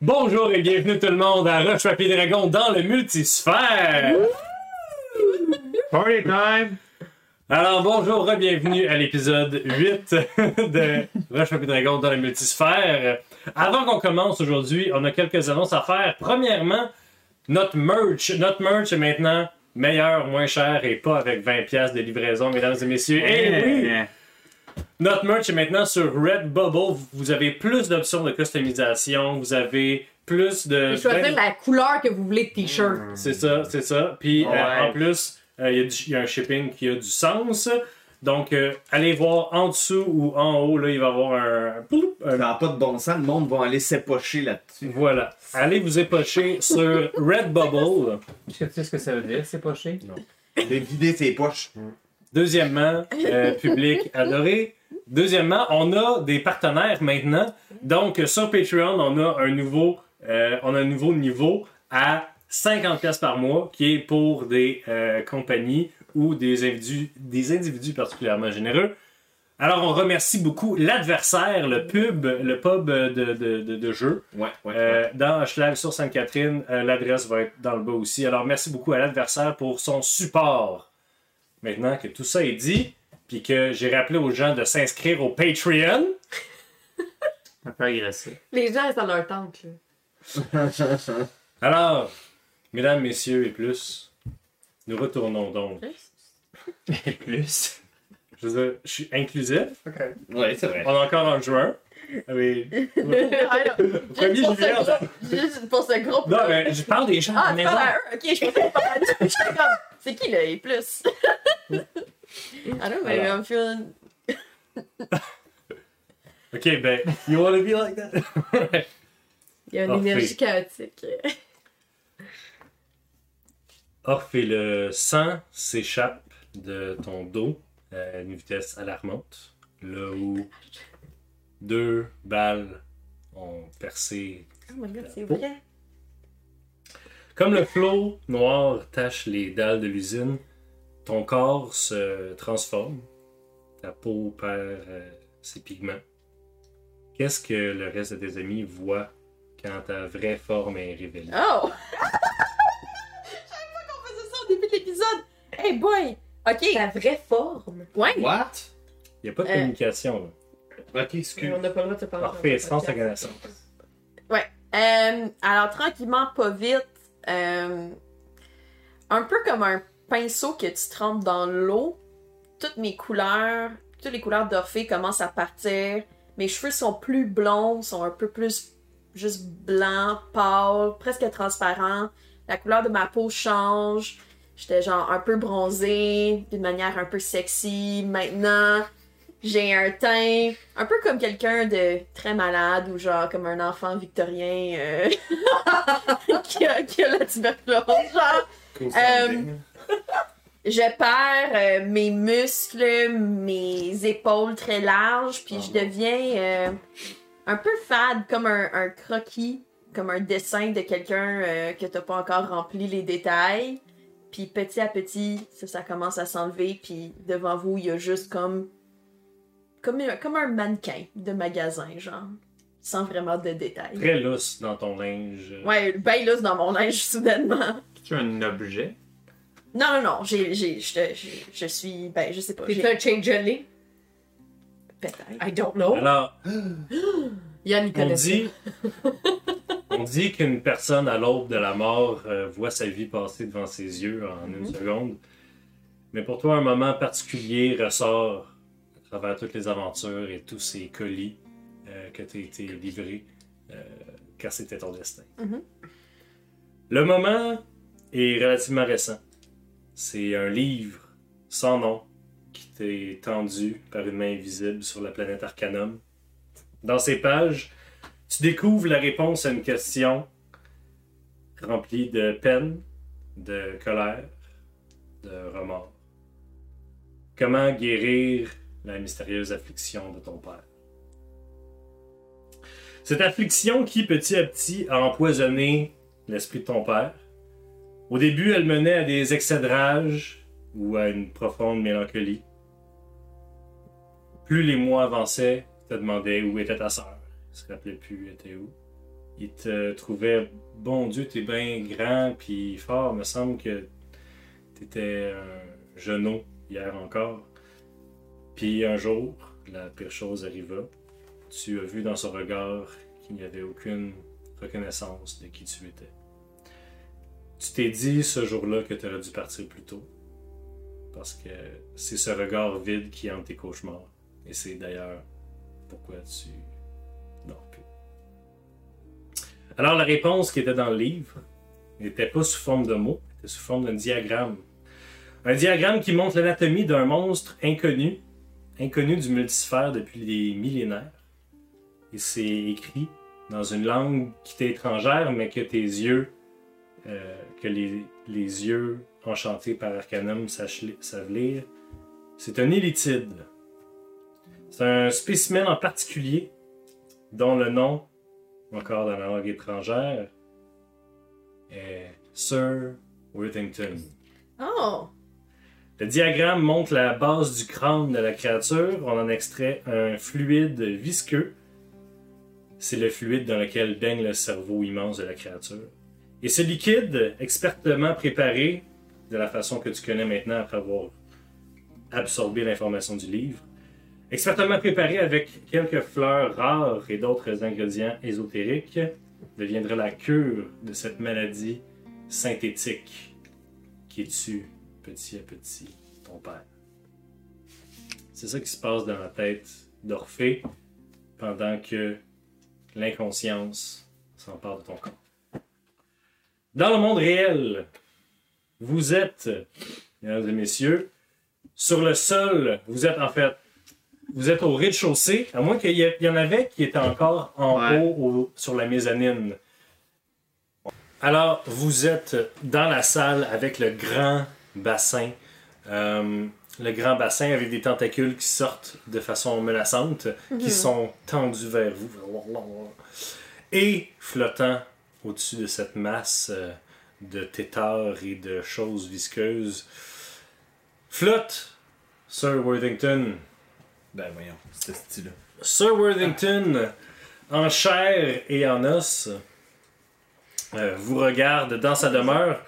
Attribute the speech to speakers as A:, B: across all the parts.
A: Bonjour et bienvenue tout le monde à Rush Papier Dragon dans le multisphère.
B: Party time!
A: Alors bonjour, bienvenue à l'épisode 8 de Rush Papier Dragon dans le multisphère. Avant qu'on commence aujourd'hui, on a quelques annonces à faire. Premièrement, notre merch, notre merch est maintenant meilleur, moins cher et pas avec 20 pièces de livraison mesdames et messieurs. Eh oui, Notre merch est maintenant sur Redbubble. Vous avez plus d'options de customisation. Vous avez plus de.
C: Euh,
D: Et choisir
A: ben-
D: la couleur que vous voulez de t-shirt.
A: C'est ça, c'est ça. Puis euh,
B: Ouais.
A: en plus, euh, il y a du- il y, a un shipping qui a du sens. Donc, euh, allez voir en dessous ou en haut, là, il va y avoir un. ploup,
C: Ça
A: un-
C: n'a pas de bon sens, le monde va aller s'épocher là-dessus.
A: Voilà. Allez vous épocher sur Redbubble.
B: Est-ce que tu sais ce que ça veut dire, c'est poché?
C: De vider ses poches.
A: Deuxièmement, euh, public adoré. Deuxièmement, on a des partenaires maintenant. Donc, euh, sur Patreon, on a un nouveau, euh, on a un nouveau niveau à 50$ piastres par mois qui est pour des euh, compagnies ou des individus, des individus particulièrement généreux. Alors, on remercie beaucoup l'adversaire, le pub, le pub de, de- de- de jeu.
C: Ouais, ouais. ouais.
A: Euh, dans Hochelag sur Sainte-Catherine, euh, l'adresse va être dans le bas aussi. Alors merci beaucoup à l'adversaire pour son support. Maintenant que tout ça est dit, puis que j'ai rappelé aux gens de s'inscrire au Patreon,
B: Un peu agressé.
D: Les gens, ça leur tente. là.
A: alors, mesdames, messieurs et plus, nous retournons donc.
B: Et plus.
A: Je veux dire, je suis inclusif.
B: Ok.
C: Ouais, c'est vrai.
A: On a encore en juin. Ah Oui.
D: Alors,
A: Premier
D: juste, pour
A: juillet.
D: ce groupe, juste pour ce groupe.
A: Non, mais je parle des gens à la
D: Ah, tu
A: maison.
D: parles à eux. Ok, je pensais pas J'étais comme, c'est qui là, et plus? I don't know,
A: Voilà.
D: I'm feeling.
A: Ok, ben, you wanna be like that?
D: Il y a une
A: Oh,
D: énergie
A: fille.
D: chaotique.
A: Orphée, le sang s'échappe de ton dos euh, à une vitesse alarmante, là où deux balles ont percé.
D: Oh my god, c'est
A: Oh.
D: vrai.
A: Comme le flot noir tache les dalles de l'usine, ton corps se transforme, ta peau perd euh, ses pigments. Qu'est-ce que le reste de tes amis voit quand ta vraie forme est révélée?
D: Oh! J'avais pas qu'on faisait ça au début de l'épisode. Hey boy! Ok. La vraie forme. Ouais.
C: What?
A: Il n'y a pas de
D: Euh.
A: communication. là.
C: Ok, excuse.
D: On n'a pas le droit de se parler.
A: Orphée,
D: dans
A: est-ce qu'on
D: le
A: se
D: podcast.
A: connaissance?
D: Euh, alors, tranquillement, pas vite. euh, un peu comme un pinceau que tu trempes dans l'eau. Toutes mes couleurs, toutes les couleurs d'Orphée commencent à partir. Mes cheveux sont plus blonds, sont un peu plus juste blancs, pâles, presque transparents. La couleur de ma peau change. J'étais genre un peu bronzée, d'une manière un peu sexy. Maintenant, j'ai un teint un peu comme quelqu'un de très malade ou genre comme un enfant victorien euh, qui, a, qui a la tuberculose. Genre, euh,
C: Constantine.
D: je perds euh, mes muscles, mes épaules très larges, puis je deviens euh, un peu fade, comme un, un croquis, comme un dessin de quelqu'un euh, que t'as pas encore rempli les détails. Puis petit à petit, ça, ça commence à s'enlever, puis devant vous, il y a juste comme comme un, comme un mannequin de magasin, genre, sans vraiment de détails.
A: Très lousse dans ton linge.
D: Ouais, ben là, c'est dans mon linge soudainement.
B: Tu es un objet?
D: Non, non, non, j'ai, j'ai, je, te- je, je suis, ben, je sais pas, j'ai
E: T'es un changeling?
D: peut-être.
E: I don't know.
A: Alors,
E: Yann, il
A: On
E: connaît ça.
A: dit, on dit qu'une personne à l'aube de la mort euh, voit sa vie passer devant ses yeux en une seconde. Mais pour toi, un moment particulier ressort à travers toutes les aventures et tous ces colis euh, que tu as été livré, euh, car c'était ton destin.
D: Mhm.
A: Le moment est relativement récent. C'est un livre sans nom qui t'est tendu par une main invisible sur la planète Arcanum. Dans ces pages, tu découvres la réponse à une question remplie de peine, de colère, de remords. Comment guérir la mystérieuse affliction de ton père? Cette affliction qui, petit à petit, a empoisonné l'esprit de ton père. Au début, elle menait à des excès de rage ou à une profonde mélancolie. Plus les mois avançaient, tu te demandais où était ta sœur. Elle se rappelait plus, elle était où. il te trouvait bon Dieu, t'es bien grand puis fort. me semble que t'étais un genou hier encore. Puis un jour, la pire chose arriva. Tu as vu dans son regard qu'il n'y avait aucune reconnaissance de qui tu étais. Tu t'es dit ce jour-là que tu aurais dû partir plus tôt. Parce que c'est ce regard vide qui hante tes cauchemars. Et c'est d'ailleurs pourquoi tu dors plus. Alors, la réponse qui était dans le livre n'était pas sous forme de mots, était sous forme d'un diagramme. Un diagramme qui montre l'anatomie d'un monstre inconnu, inconnu du multisphère depuis des millénaires. Et c'est écrit dans une langue qui t'est étrangère, mais que tes yeux, euh, que les, les yeux enchantés par Arcanum sachent li- savent lire. C'est un élitide. C'est un spécimen en particulier dont le nom, encore dans la langue étrangère, est Sir Worthington.
D: Oh!
A: Le diagramme montre la base du crâne de la créature. On en extrait un fluide visqueux. C'est le fluide dans lequel baigne le cerveau immense de la créature. Et ce liquide, expertement préparé, de la façon que tu connais maintenant après avoir absorbé l'information du livre, expertement préparé avec quelques fleurs rares et d'autres ingrédients ésotériques, deviendrait la cure de cette maladie synthétique qui tue petit à petit ton père. C'est ça qui se passe dans la tête d'Orphée pendant que l'inconscience s'empare de ton corps. Dans le monde réel, vous êtes, mesdames et messieurs, sur le sol, vous êtes en fait, vous êtes au rez-de-chaussée, à moins qu'il y, ait- il y en avait qui étaient encore en
B: Ouais.
A: haut au- sur la mezzanine. Alors, vous êtes dans la salle avec le grand bassin. Euh, le grand bassin avec des tentacules qui sortent de façon menaçante, qui sont tendus vers vous. Et flottant au-dessus de cette masse euh, de tétards et de choses visqueuses, flotte Sir Worthington.
C: Ben voyons, ce style-là.
A: Sir Worthington, en chair et en os, euh, vous regarde dans sa demeure.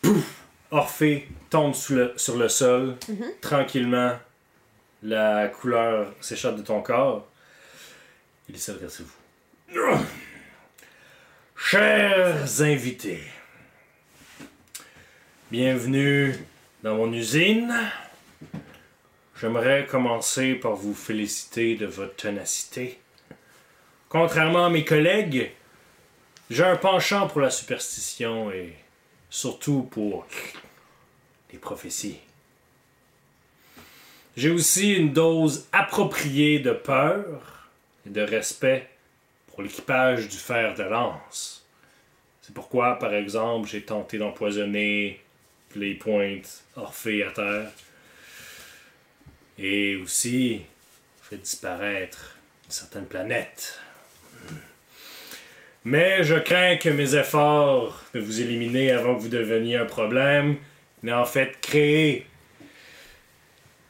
A: Pouf! Orphée tombe sous le- sur le sol. Tranquillement, la couleur s'échappe de ton corps. Il s'adresse à vous. Chers invités, bienvenue dans mon usine. J'aimerais commencer par vous féliciter de votre ténacité. Contrairement à mes collègues, j'ai un penchant pour la superstition et surtout pour les prophéties. J'ai aussi une dose appropriée de peur et de respect pour l'équipage du fer de lance. C'est pourquoi, par exemple, j'ai tenté d'empoisonner les pointes Orphée à terre et aussi fait disparaître certaines planètes. Hmm. Mais je crains que mes efforts de vous éliminer avant que vous deveniez un problème n'aient en fait créé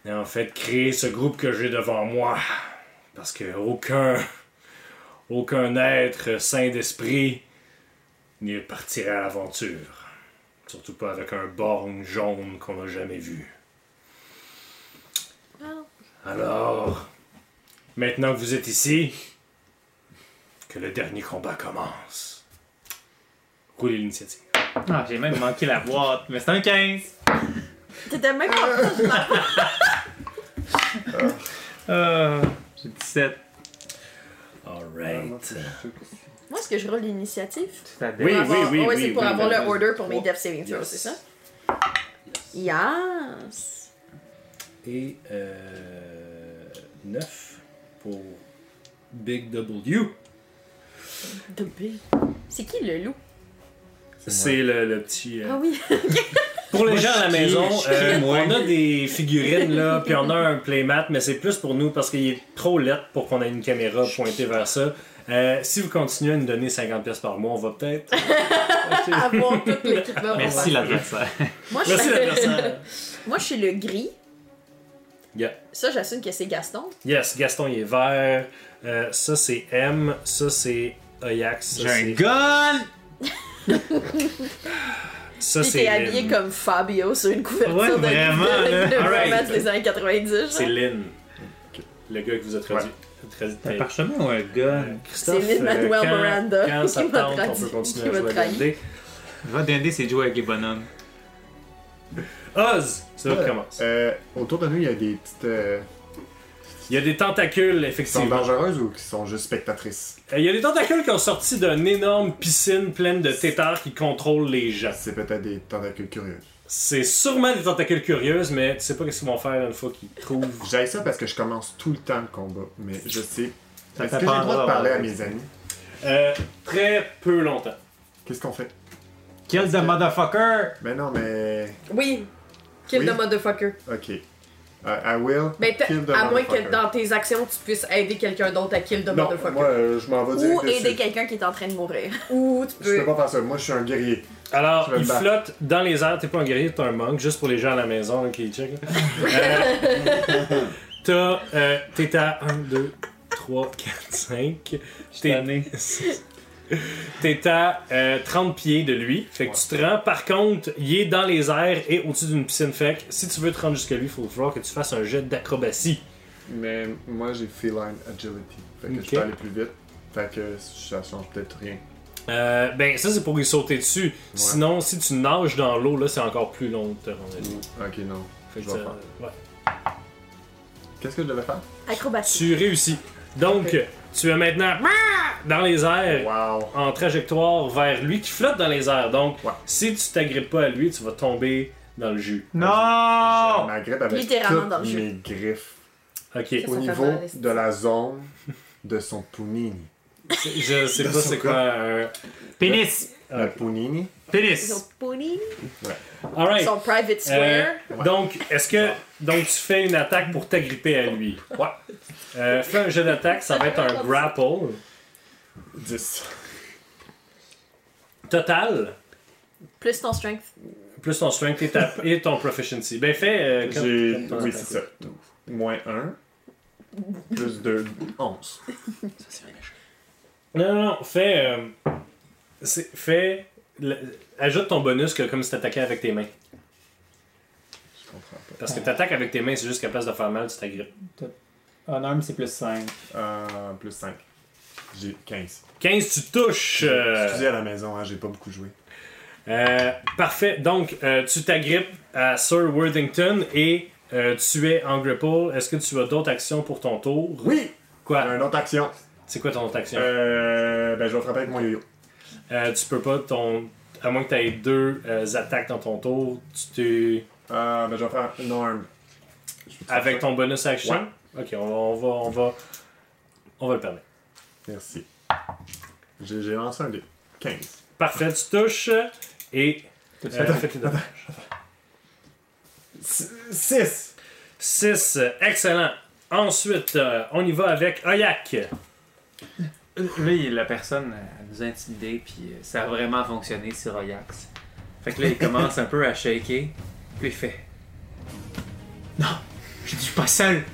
A: n'aient en fait créé ce groupe que j'ai devant moi. Parce que aucun aucun être sain d'esprit ne partira à l'aventure. Surtout pas avec un borgne jaune qu'on n'a jamais vu. Alors, maintenant que vous êtes ici, que le dernier combat commence. Roulez l'initiative.
B: Ah, j'ai même manqué la boîte, mais c'est un 15.
D: T'étais même pas.
B: Euh, j'ai 17.
A: Alright.
D: Moi, est-ce que je roule l'initiative?
B: Tu t'as
A: Oui,
D: Pour
A: oui,
D: avoir- Ah
A: oui,
D: ouais,
A: oui,
D: c'est pour
A: oui,
D: avoir
A: oui,
D: le
A: oui.
D: order pour mes Death Saving Throws,
A: Yes.
D: c'est ça? Yes!
A: Et euh, 9 pour Big W.
D: The bee. C'est qui le loup?
A: C'est le, le petit. euh,
D: Ah oui!
A: Pour les gens à la
C: je suis-
A: maison,
C: je suis
A: euh,
C: moi.
A: on a des figurines là, puis on a un playmat, mais c'est plus pour nous parce qu'il est trop laid pour qu'on ait une caméra pointée vers ça. Euh, si vous continuez à nous donner 50 pièces par mois, on va peut-être.
D: Avoir toute l'équipement. pour
B: Merci
D: faire.
B: l'adversaire.
D: Moi, je
A: Merci
D: suis-
A: la personne.
D: Moi, je suis le gris.
A: Yeah.
D: Ça, j'assume que c'est Gaston.
A: Yes, Gaston il est vert. Euh, ça c'est M. Ça c'est Oyax,
B: J'ai
A: ça
B: un
A: c'est.
B: gun!
A: Ça
D: Puis t'es
A: c'est
D: habillé
A: Lynn.
D: comme Fabio sur une couverture
B: Ouais,
D: de
B: vraiment,
D: de-
B: là.
D: de
A: Alright.
D: romance des années 90.
A: C'est
D: genre.
A: Lynn, le gars qui vous a traduit. traduit-
B: Un parchemin ou un gun?
A: Christophe,
D: C'est Lynn Manuel
A: euh, quand-
D: Miranda
A: Quand ça
D: qui m'a
A: tente, on peut
D: traduit-
A: continuer
D: qui
A: à
D: m'a
A: jouer à
D: trahi.
A: D&D.
B: Va dender, c'est de jouer avec les bonhommes.
A: Oz, c'est là que
F: Ouais.
A: commence.
F: Euh, autour de nous, il y a des petites. euh,
A: Il y a des tentacules,
F: qui sont
A: effectivement.
F: dangereuses ou qui sont juste spectatrices
A: Euh, Il y a des tentacules qui ont sorti d'une énorme piscine pleine de tétards qui contrôlent les gens.
F: C'est peut-être des tentacules curieux.
A: C'est sûrement des tentacules curieuses, mais tu sais pas qu'est-ce qu'ils vont faire une fois qu'ils trouvent.
F: J'aille ça parce que je commence tout le temps le combat, mais je sais.
B: Ça
F: Est-ce que j'ai
B: t'apprendra,
F: le droit de parler
B: ouais.
F: à mes amis
A: Euh, très peu longtemps.
F: Qu'est-ce qu'on fait
B: Kill the motherfucker!
F: Mais non, mais.
E: Oui. Kill
F: Oui.
E: the motherfucker.
F: Ok. Euh, I will.
E: Ben, t'as-
F: kill the
E: à moins
F: motherfucker.
E: que dans tes actions, tu puisses aider quelqu'un d'autre à kill the
F: Non,
E: motherfucker.
F: moi, euh, je m'en vais
D: Ou
F: direct
D: aider
F: dessus.
D: quelqu'un qui est en train de mourir.
E: Ou tu
F: Je
E: peux.
F: peux pas faire ça. Moi, je suis un guerrier.
A: Alors,
F: Je vais
A: il
F: me battre.
A: flotte dans les airs. T'es pas un guerrier, t'es un monk, juste pour les gens à la maison là, qui check. là. Euh, T'as. euh, T'es à 1, 2, 3, 4, 5.
B: Tanné.
A: T'es à euh, 30 pieds de lui. Fait que tu te rends. Par contre, il est dans les airs et au-dessus d'une piscine. Fait que si tu veux te rendre jusqu'à lui, il faut falloir que tu fasses un jet d'acrobatie.
F: Mais moi, j'ai feline agility. Fait que
A: Ok.
F: je peux aller plus vite. Fait que ça change peut-être rien.
A: Euh, ben, ça, c'est pour lui sauter dessus. Sinon, si tu nages dans l'eau, là, c'est encore plus long de te rendre à lui.
F: Ok, non.
A: Fait que
F: Je vais
A: ça-
F: faire.
A: ouais.
F: Qu'est-ce que je devais faire
D: Acrobatie.
A: Tu réussis. Donc, tu es maintenant dans les airs,
F: Wow.
A: en trajectoire vers lui qui flotte dans les airs. Donc,
F: Ouais.
A: si tu t'agrippes pas à lui, tu vas tomber dans le jus.
F: Je
B: Non!
F: m'agrippe avec
D: Littéralement
F: toutes
D: dans le jeu.
F: mes griffes
A: Ok.
E: Ça,
F: au
E: ça fait
F: niveau
E: mal, est-ce
F: de la zone de son punini.
A: Je sais pas c'est quoi. euh, un-
B: Pénis!
A: Ah,
F: Le punini,
D: Son
B: Pénis!
D: pony.
A: Alright.
D: Son private
A: Euh,
D: square.
A: donc, est-ce que donc tu fais une attaque pour t'agripper à lui Ouais. Euh, fais un jeu d'attaque, ça va être un grapple
F: 10.
A: total
D: Plus ton strength.
A: plus ton strength et, ta- et ton proficiency. Ben fais. euh, quand-
F: J'ai.
A: quand-
F: Oui, c'est ça. Moins 1. Plus 2. 11.
A: Non non non, fais euh, c'est- fais le- ajoute ton bonus que comme si t'attaquais avec tes mains.
F: Je comprends
A: Parce que t'attaques avec tes mains, c'est juste qu'à place de faire mal, tu t'agrippes.
B: En arme, c'est plus 5.
F: pas. Euh, plus 5. J'ai 15.
A: 15, tu touches. euh,
F: Excusez à la maison, hein, j'ai pas beaucoup joué.
A: Euh, parfait. Donc, euh, tu t'agrippes à Sir Worthington et euh, tu es en grapple. Est-ce que tu as d'autres actions pour ton tour?
F: Oui
A: Quoi?
F: Une autre action.
A: C'est quoi ton autre action?
F: Euh, ben, je vais frapper avec mon yo-yo.
A: Euh, tu peux pas ton... À moins que tu aies deux euh, attaques dans ton tour, tu t'es...
F: Euh, ben, je vais faire une arme. Je peux te faire
A: Avec
F: ça?
A: ton bonus action? Ok, on va, on va, on va... On va le permettre.
F: Merci. J'ai j'ai lancé un dé. 15.
A: Parfait, tu touches et... Euh, fais tes dommages.
F: 6.
A: 6, excellent. Ensuite, euh, on y va avec Oyak.
B: Euh, Là, il- la personne euh, nous a intimidés, puis euh, ça a vraiment fonctionné sur Oyax. Fait que là, il commence un peu à shaker, puis il fait Non, je suis pas seul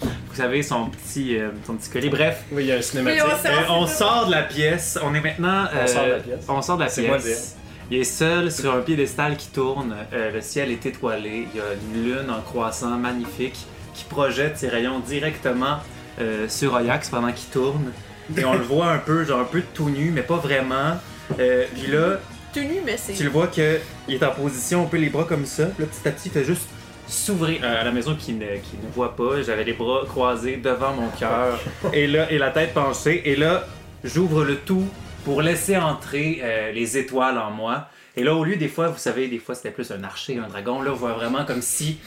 B: Vous savez, son petit, euh, son petit collier. Bref,
A: Oui, il y a un cinématique.
E: Oui, on sait.
B: euh, on sort de la pièce, on est maintenant. euh,
A: sort de la pièce.
B: On sort de la
A: C'est moi le
B: pièce. Il est seul sur un piédestal qui tourne, euh, le ciel est étoilé, il y a une lune en croissant magnifique qui projette ses rayons directement euh, sur Oyax pendant qu'il tourne. Et on le voit un peu, genre un peu tout nu, mais pas vraiment. Euh, puis là,
D: Tout nu, mais c'est.
B: tu le vois que il est en position un peu les bras comme ça. Puis là, petit à petit, il fait juste s'ouvrir Euh, à la maison qui ne, qui ne voit pas. J'avais les bras croisés devant mon cœur et là et la tête penchée. Et là, j'ouvre le tout pour laisser entrer euh, les étoiles en moi. Et là, au lieu des fois, vous savez, des fois c'était plus un archer, un dragon. Là, on voit vraiment comme si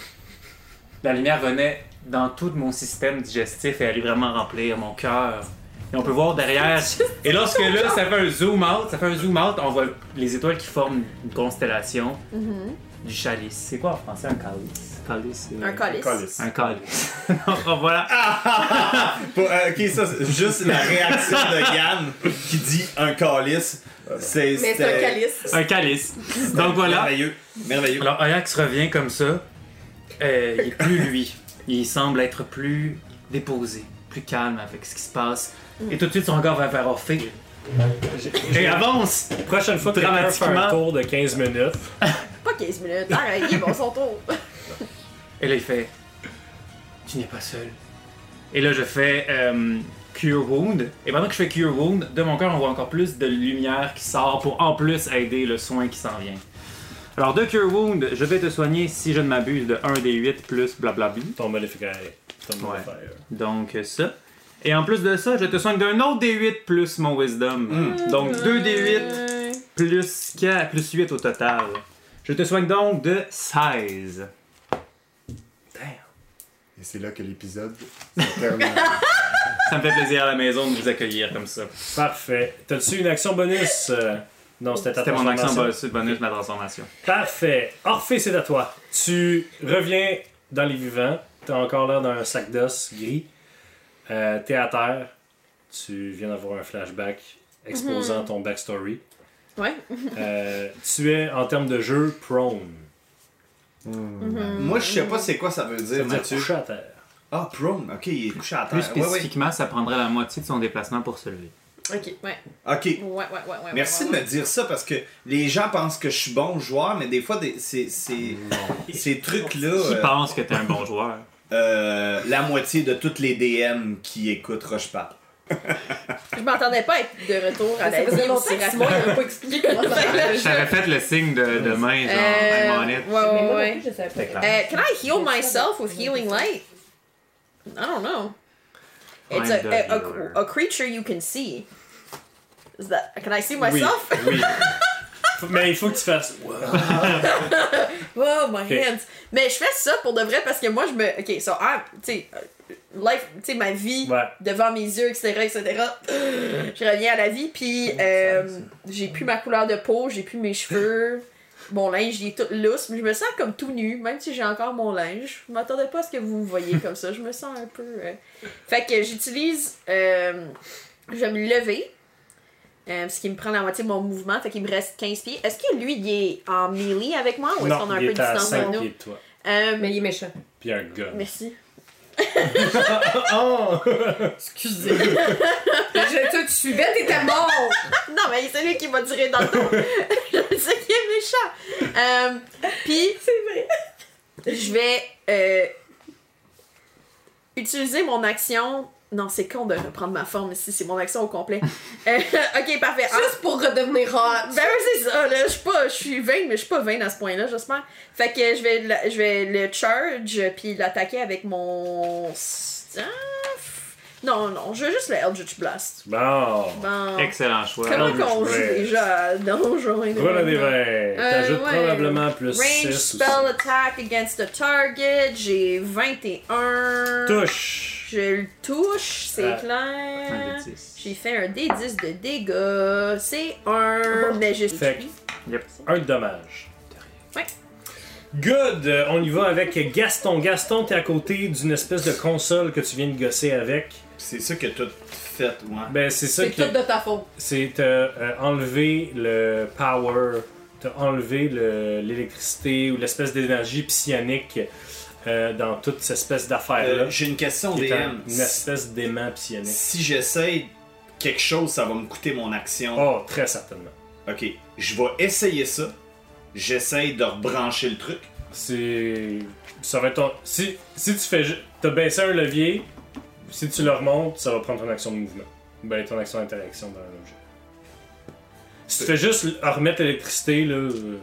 B: la lumière venait dans tout mon système digestif et allait vraiment remplir mon cœur. Et on peut voir derrière. Et lorsque là, ça fait un zoom out, ça fait un zoom out, on voit les étoiles qui forment une constellation
D: Mhm.
B: du chalice. C'est quoi en français un calice Calice. c'est-
D: Un calice.
F: Colis.
B: Un calice. Non, voilà. Ah,
C: Pas- euh, ok, ça, c'est juste la réaction de Yann qui dit un calice. C'est
E: Mais c'est un
C: c'était-
E: calice.
B: Un calice. Donc voilà.
C: Merveilleux. Merveilleux.
B: Alors Ajax revient comme ça. Euh, il est plus lui. Il semble être plus déposé, plus calme avec ce qui se passe. Et tout de suite, son regard va vers Orphée. Et avance!
A: Prochaine fois que quelqu'un fait un
B: Dramatiquement.
A: tour de 15 minutes,
D: Pas 15 minutes. Arrête, bon, son tour.
B: Et là, il fait Tu n'es pas seul. Et là, je fais euh, Cure Wound. Et pendant que je fais Cure Wound, de mon cœur, on voit encore plus de lumière qui sort pour en plus aider le soin qui s'en vient. Alors, de Cure Wound, je vais te soigner, si je ne m'abuse, de 1 des 8 plus blablabla.
A: ton modifier. Ton
B: Ouais.
A: modifier.
B: Donc, euh, ça. Et en plus de ça, je te soigne d'un autre D8 plus mon Wisdom. Donc, 2 D8
D: Euh,
B: plus 4, plus 8 au total. Je te soigne donc de 16.
F: Et c'est là que l'épisode se termine.
B: Ça me fait plaisir à la maison de vous accueillir comme ça.
A: Parfait. T'as-tu une action bonus? euh, Non, c'était ta
B: C'était mon accent
A: transformation. Euh,
B: bonus, bonus ma transformation.
A: Parfait. Orphée, c'est à toi. Tu reviens dans les vivants. T'es encore là dans un sac d'os gris. Euh, T'es à terre. Tu viens d'avoir un flashback
D: Mhm.
A: exposant ton backstory.
D: Ouais.
A: Euh, tu es, en termes de jeu, prone.
C: Moi, je sais pas c'est quoi Euh, ça veut
A: Ça
C: dire,
A: veut dire
C: Mathieu.
A: couché à terre.
C: Ah, prone. Ok, il est couché à terre.
B: Plus
C: Ouais, ouais.
B: spécifiquement, ça prendrait la moitié de son déplacement pour se lever.
D: Ok, ouais.
C: Ok,
D: Ouais, ouais, ouais. ouais
C: Merci
D: ouais,
C: de
D: ouais.
C: me dire ça parce que les gens pensent que je suis bon joueur, mais des fois, des, ces, ces, ces trucs-là,
B: Qui
C: euh,
B: pense que t'es un bon joueur?
C: euh, la moitié de toutes les DM qui écoutent Rochepap.
D: Je m'attendais pas à être de retour à
E: Ça
D: la
E: faisait
D: vie
E: longtemps
D: aussi
E: Ben, que Simon
D: rapidement.
E: il m'a pas expliqué comment ça marchait.
B: J'avais fait le signe de, de main, genre,
D: Euh,
B: I'm on it.
E: Mais
D: ouais,
E: moi
D: ouais.
E: non plus, je savais pas.
B: C'était clair.
D: Uh, can I heal myself with healing light? I don't know. It's a,
B: Find
D: a,
B: a
D: a,
B: healer.
D: a creature you can see. Is that can I see myself?
A: Oui. Mais il faut que tu fasses.
D: Oh my
A: Ok.
D: hands. Mais je fais ça pour de vrai parce que moi je me OK, so I'm, tu sais euh, life, tu sais ma vie
A: Ouais.
D: devant mes yeux etc., etc. Je reviens à la vie puis euh, j'ai plus ma couleur de peau, j'ai plus mes cheveux. Mon linge, il est tout lousse, mais je me sens comme tout nu, même si j'ai encore mon linge. Je m'attendais pas à ce que vous me voyez comme ça. Je me sens un peu. euh, Fait que j'utilise. euh, Je vais me lever, euh, ce qui me prend la moitié de mon mouvement, fait qu'il me reste 15 pieds. Est-ce que lui, il est en melee avec moi ou est-ce qu'on a
A: Non,
D: un
A: il
D: peu de
A: est à
D: distance entre
A: 5
D: nous?
A: pieds de toi.
D: Euh,
E: Mais il est méchant.
A: Puis un gun.
D: Merci.
A: Oh!
E: Excusez. je te tu suivais, t'étais mort.
D: Non, mais c'est lui qui m'a tiré dans le dos. je sais qu'il est méchant. Euh, Puis,
E: C'est vrai.
D: je vais euh, utiliser mon action. Non, c'est con de reprendre ma forme si c'est mon action au complet. Euh, ok, parfait. En-
E: Juste pour redevenir hot.
D: Ben oui, c'est ça, là. Je suis pas. Je suis vain, mais je suis pas vain à ce point-là, j'espère. Fait que je vais, la- je vais le charge puis l'attaquer avec mon staff. Non, non, je veux juste le Eldritch Blast.
A: Bon!
D: Bon.
B: Excellent choix.
D: Comment
A: Eldritch
D: qu'on joue
A: Blast.
D: déjà à Donjon et
A: Roule à
D: Dragons?
A: des verres. T'ajoutes
D: Euh, ouais.
A: probablement plus
D: Range
A: 6 ou
D: spell attack against the target. J'ai 21.
A: Touche!
D: Je le touche, c'est
A: Ah.
B: Un
D: clair.
B: des dix.
D: J'ai fait un D10 de dégâts. C'est un. Mais je
A: Fait que
B: Yep.
A: un de dommage.
D: Ouais.
A: Good! Euh, On y va avec Gaston. Gaston, t'es à côté d'une espèce de console que tu viens de gosser avec.
C: C'est ça que t'as fait, ouais.
A: Ben, c'est ça
E: C'est
A: qui.
E: tout de ta faute.
A: C'est t'as euh, enlevé le power, t'as enlevé le- l'électricité ou l'espèce d'énergie psionique euh, dans toute cette espèce d'affaire-là.
C: Euh, J'ai une question
A: qui est un-
C: DM.
A: une espèce d'aimant psionique.
C: Si j'essaye quelque chose, ça va me coûter mon action.
A: Oh, très certainement.
C: Ok, je vais essayer ça. J'essaye de rebrancher le truc.
A: C'est. Ça va être ton. Si, si tu fais. ju- T'as baissé un levier, si tu le remontes, ça va prendre ton action de mouvement. Ben, ton action d'interaction dans l'objet. Si tu fais juste l- remettre l'électricité, là. euh,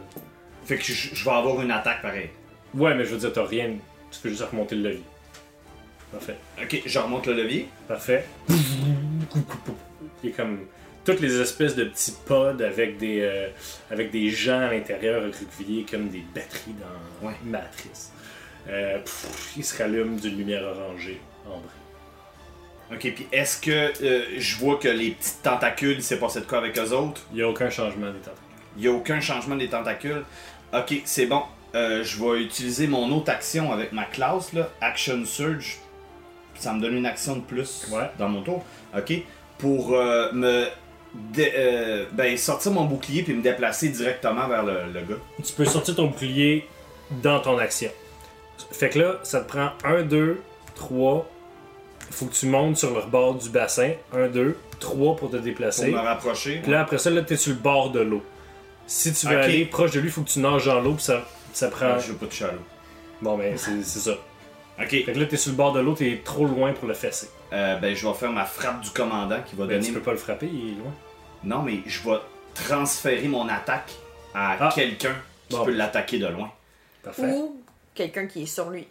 C: Fait que je je vais avoir une attaque pareil.
A: Ouais, mais je veux dire, t'as rien. Tu peux juste remonter le levier. Parfait.
C: Ok, je remonte le levier.
A: Parfait. Il est comme toutes les espèces de petits pods avec des euh, avec des gens à l'intérieur recouvrés comme des batteries dans
C: Ouais.
A: une matrice. Euh, pff, il se rallume d'une lumière orangée, ambrée.
C: Ok, puis est-ce que euh, je vois que les petites tentacules, il s'est passé de quoi avec eux autres?
A: Il n'y a aucun changement des tentacules.
C: Il n'y a aucun changement des tentacules. Ok, c'est bon. Euh, je vais utiliser mon autre action avec ma classe, là. Action Surge. Ça me donne une action de plus
A: Ouais.
C: dans mon tour. Ok. Pour euh, me. dé- euh, ben, sortir mon bouclier puis me déplacer directement vers le, le gars.
A: Tu peux sortir ton bouclier dans ton action. Fait que là, ça te prend 1, 2, 3, faut que tu montes sur le bord du bassin. 1, 2, 3 pour te
C: Pour
A: déplacer.
C: me rapprocher.
A: Puis là, après ça, là, t'es sur le bord de l'eau. Si tu veux
C: Ok.
A: aller proche de lui, faut que tu nages dans l'eau, puis ça, ça prend.
C: Ah, Je veux pas toucher à l'eau.
A: Bon, ben, c'est c'est ça.
C: Ok.
A: Fait que là, t'es sur le bord de l'eau, t'es trop loin pour le fesser.
C: Euh, ben, je vais faire ma frappe du commandant qui va
A: Ben, tu
C: donner.
A: peux pas le frapper, il est loin.
C: Non, mais je vais transférer mon attaque à
A: Ah.
C: quelqu'un qui
A: Bon.
C: peut l'attaquer de loin.
A: Parfait,
D: Ou quelqu'un qui est sur lui.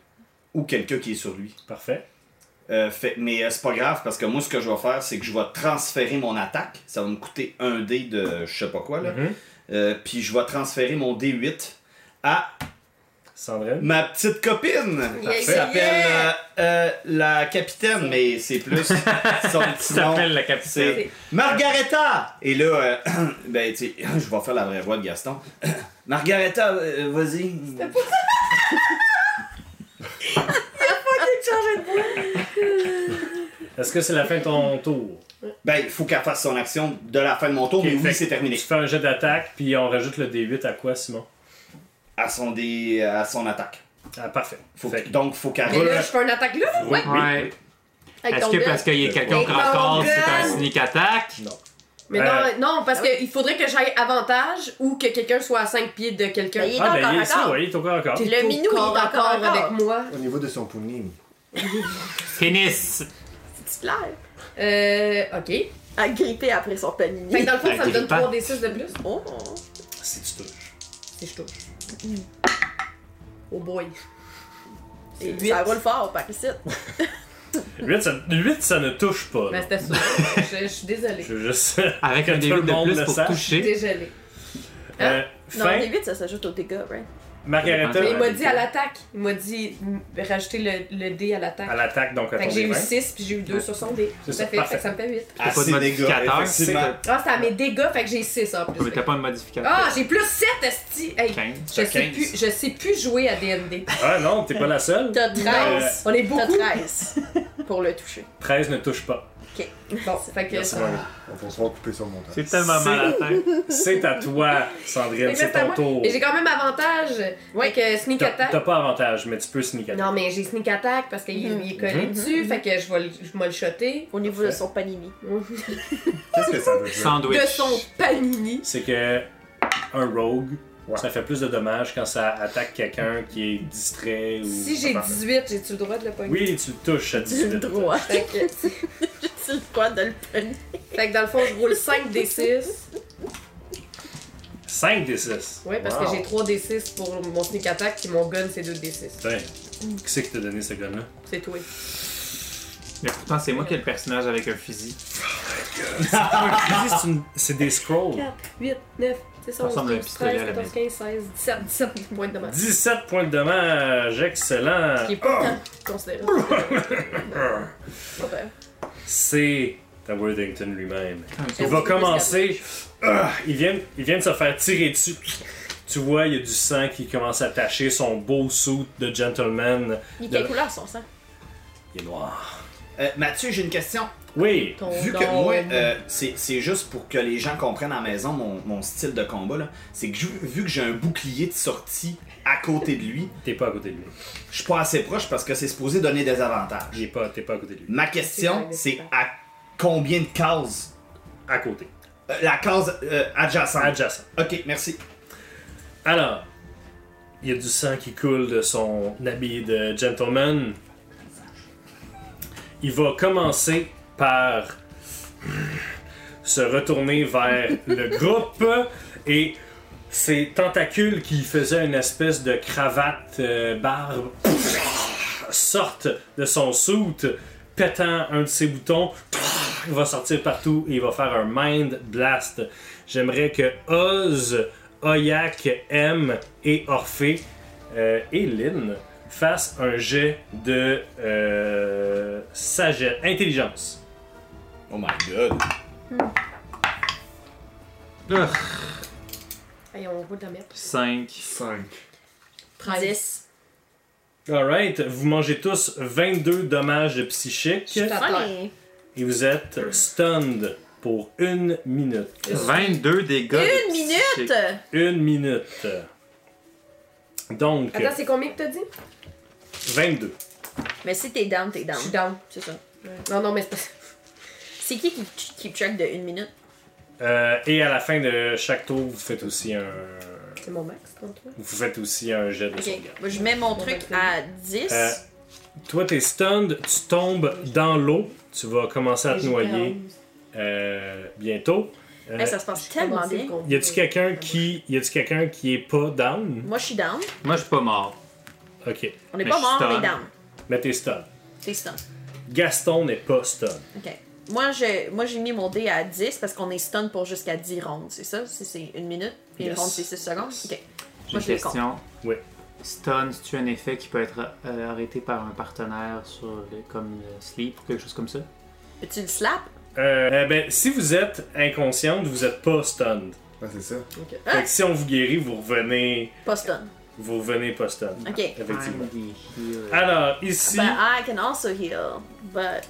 C: Ou quelqu'un qui est sur lui.
A: parfait.
C: Euh, fait- mais euh, c'est pas grave parce que moi, ce que je vais faire, c'est que je vais transférer mon attaque. Ça va me coûter un dé de euh, je sais pas quoi, là.
A: Mhm.
C: Euh, puis je vais transférer mon D8 à
A: Sandrine.
C: ma petite copine.
D: Yeah,
C: qui
D: yeah,
C: s'appelle
D: yeah.
C: euh, euh, la capitaine, mais c'est plus son petit
B: Tu
C: nom.
B: t'appelles la capitaine.
C: C'est Margareta! Et là, euh, ben, tu sais, je vais faire la vraie voix de Gaston. Margareta, euh, vas-y.
A: Est-ce que c'est la fin de ton tour?
C: Ben, il faut qu'elle fasse son action de la fin de mon tour, mais
A: Ok, fait
C: oui,
A: que
C: c'est terminé.
A: Tu fais un jet d'attaque, puis on rajoute le D8 à quoi, Simon?
C: À son, dé- euh, à son attaque.
A: Ah, parfait.
C: Faut
A: Fait
C: que-
A: que-
C: donc, faut qu'elle
E: Mais là,
C: relâche.
E: je fais une attaque là.
A: Oui, oui.
B: Ouais.
D: Avec
B: Est-ce
D: ton
B: que
D: gun.
B: parce qu'il y a quelqu'un
E: Avec
B: qui
E: ton
B: encore, c'est un
E: gun.
B: sneak attack?
A: Non.
E: Mais
A: Ouais.
E: non, non, parce qu'il faudrait que j'aille avantage ou que quelqu'un soit à 5 pieds de quelqu'un.
D: Mais il est
A: Ah,
D: encore
A: ben, il est
D: encore.
A: ça, oui, il est encore encore.
E: T'es
D: Le
E: tout
D: minou, il est
E: corps à
D: encore
E: corps
D: encore.
E: avec moi.
F: Au niveau de son pounim.
B: Pénis!
D: C'est clair.
E: Euh, ok.
D: Agrippé après son panini.
E: Fait que dans le fond,
A: Ben,
E: ça me donne
B: Agrippant.
E: 3 des 6 de plus.
D: Oh.
A: Si tu touches.
E: Si je touche. Oh boy.
D: Et
E: C'est
D: ça
E: huit.
D: roule fort par ici.
A: 8, ça, huit, ça ne touche pas.
D: Ben,
E: Mais
A: non.
E: Ben, c'était ça. Je je suis désolée.
A: Je veux juste.
B: Avec
A: Que
B: un
A: tout
B: début
A: le
B: de
A: monde
B: plus
A: le
B: pour
A: sache.
B: toucher.
E: Désolée.
A: Euh,
D: Ah, Non,
A: fin,
D: D8, ça s'ajoute aux dégâts, right?
A: Margareta
E: Mais il m'a dit à l'attaque. Il m'a dit mm, rajouter le, le dé à
A: à
E: l'attaque.
A: l'attaque, donc à
E: Fait
A: ton
E: que j'ai eu
A: D20.
E: 6 puis j'ai eu 2 sur son dé.
A: C'est
E: Ça
A: ça,
E: fait, fait
A: parfait.
E: que ça me fait 8.
A: Ah,
C: à
B: pas
C: ses
B: de
C: dégâts,
B: modificateur,
C: effectivement.
E: Ah, c'est à mes dégâts, fait que j'ai 6 en
B: Mais
E: plus.
B: t'as pas de modificateur.
E: Ah, j'ai plus 7 esti! Hey,
B: 15.
E: je sais,
C: 15.
E: plus, je sais plus jouer à D&D.
A: Ah non, t'es pas la seule.
D: T'as
A: Euh,
D: 13.
E: On est
D: T'as
E: beaucoup.
D: 13 pour le toucher.
A: 13 ne touche pas.
E: Bon, fait que
A: Merci,
E: ça-
A: Margareta.
F: On va se faire couper son montant.
B: C'est tellement
A: C'est-
B: mal à la tête.
A: C'est à toi, Sandrine,
E: Mais
A: c'est
E: c'est à
A: ton
E: moi.
A: tour.
E: Et j'ai quand même avantage. Ouais, que sneak
A: T'as
E: attack.
A: t'as pas avantage, mais tu peux sneak attack.
E: Non, mais j'ai sneak attack parce qu'il
D: Mhm.
E: il est collé
A: Mhm.
E: dessus, fait que je vais le- je vais le shotter.
D: Au niveau de son panini.
F: Qu'est-ce que ça veut dire?
B: Sandwich.
E: De son panini.
A: C'est que un rogue,
F: Ouais.
A: ça fait plus de dommages quand ça attaque quelqu'un qui est distrait ou.
E: Si j'ai
A: Enfin,
E: 18, j'ai-tu le droit de le pogner?
A: Oui, tu le touches à
D: J'ai
A: 18.
D: le droit.
E: Fait que,
D: J'ai le droit de le panini.
E: fait que dans le fond, je roule 5 D6.
A: 5 des 6.
E: Ouais, parce
F: Wow.
E: que j'ai 3 D6 pour mon sneak attack, puis mon gun, c'est 2 D6.
A: Qui c'est qui t'a donné ce gun-là?
E: C'est tout.
B: Mais pourtant, c'est moi qui ai le personnage avec un fusil.
E: Ah,
A: C'est une- C'est des scrolls.
E: 4, 8, 9, 10,
B: Ça
E: 11,
B: ressemble à un
E: 12,
B: pistolet à
E: 13,
B: la
E: 14, 15, 16, 17, 17 points de dommage.
A: 17 points de dommage, excellent.
E: Qui est pas tant considéré.
D: Pas peur.
A: C'est à Worthington lui-même. Il
E: Est-ce
A: va
E: qu'il peut
A: commencer. Ah, il, vient, il vient de se faire tirer dessus. Tu vois, il y a du sang qui commence à tacher son beau suit de gentleman.
D: Il est quelle couleur son sang?
A: Il est noir.
C: Euh, Mathieu, j'ai une question.
A: Oui,
E: Ton
C: Vu que
E: dôme.
C: moi, euh, c'est c'est juste pour que les gens comprennent à la maison mon, mon style de combat, là, c'est que ju- vu que j'ai un bouclier de sortie à côté de lui,
A: t'es pas à côté de lui.
C: je suis pas assez proche parce que c'est supposé donner des avantages.
A: Il est pas- T'es pas à côté de lui.
C: Ma question, c'est à combien de cases
A: À côté.
C: Euh, La case euh, adjacente.
A: Adjacent.
C: ok, merci.
A: Alors, il y a du sang qui coule de son habit de gentleman. Il va commencer par se retourner vers le groupe et ses tentacules qui faisaient une espèce de cravate euh, barbe sortent de son soute, pétant un de ses boutons. Il va sortir partout et il va faire un mind blast. J'aimerais que Oz, Oyak, M et Orphée euh, et Lynn fassent un jet de euh, sagesse, intelligence.
C: Oh my god.
E: Hey, on roule de la merde.
B: 5.
F: 5.
D: 10.
A: Alright, vous mangez tous 22 dommages psychiques
E: Je suis à terre.
D: Allez.
A: et vous êtes stunned pour une minute.
B: 22 dégâts.
D: Une
B: de
D: minute!
B: psychique.
A: Une minute. Donc,
E: Attends, c'est combien que t'as dit?
A: 22.
D: Mais si t'es down, t'es
E: Je
D: down.
E: suis down.
D: C'est ça.
E: Non, non, mais c'est pas ça.
D: C'est qui qui ch- keep track de une minute?
A: Euh, et à la fin de chaque tour, vous faites aussi un.
E: C'est mon max, 33.
A: Vous faites aussi un jet de
D: Ok,
A: sauvegarde.
D: moi, je mets mon truc
E: ben,
D: à 10.
A: Euh, toi, t'es stunned, tu tombes dans l'eau, tu vas commencer à te noyer euh, bientôt. Euh,
D: Eh, ça se passe tellement bien.
A: y a-tu quelqu'un qui, y a-tu quelqu'un qui est pas down
D: Moi, je suis down.
B: Moi, je suis pas mort.
A: Ok,
D: On n'est
B: Mais
D: pas
B: je
D: mort,
B: suis
D: on est
B: stun.
D: down.
A: mais t'es stun.
D: T'es stun.
A: Gaston n'est pas stun.
D: Ok. Moi, je, moi, j'ai mis mon dé à 10 parce qu'on est stun pour jusqu'à 10 rondes, c'est ça? Si c'est une minute, puis une
A: Yes.
D: ronde, c'est 6 secondes? Ok.
B: J'ai
D: Moi,
B: une
D: je les compte.
B: question.
A: Oui.
B: Stun, c'est-tu un effet qui peut être euh, arrêté par un partenaire sur le- comme le sleep ou quelque chose comme ça?
D: Peux-tu le slap?
A: Euh, euh, ben, si vous êtes inconsciente, vous êtes pas stunned.
F: Ah, c'est ça.
A: Fait que si on vous guérit, vous revenez,
D: Pas stun.
A: vous revenez pas stun.
B: Euh,
D: Ok.
A: Effectivement.
B: I'm the healer.
E: Ah,
A: Alors ici,
D: But I can also heal. But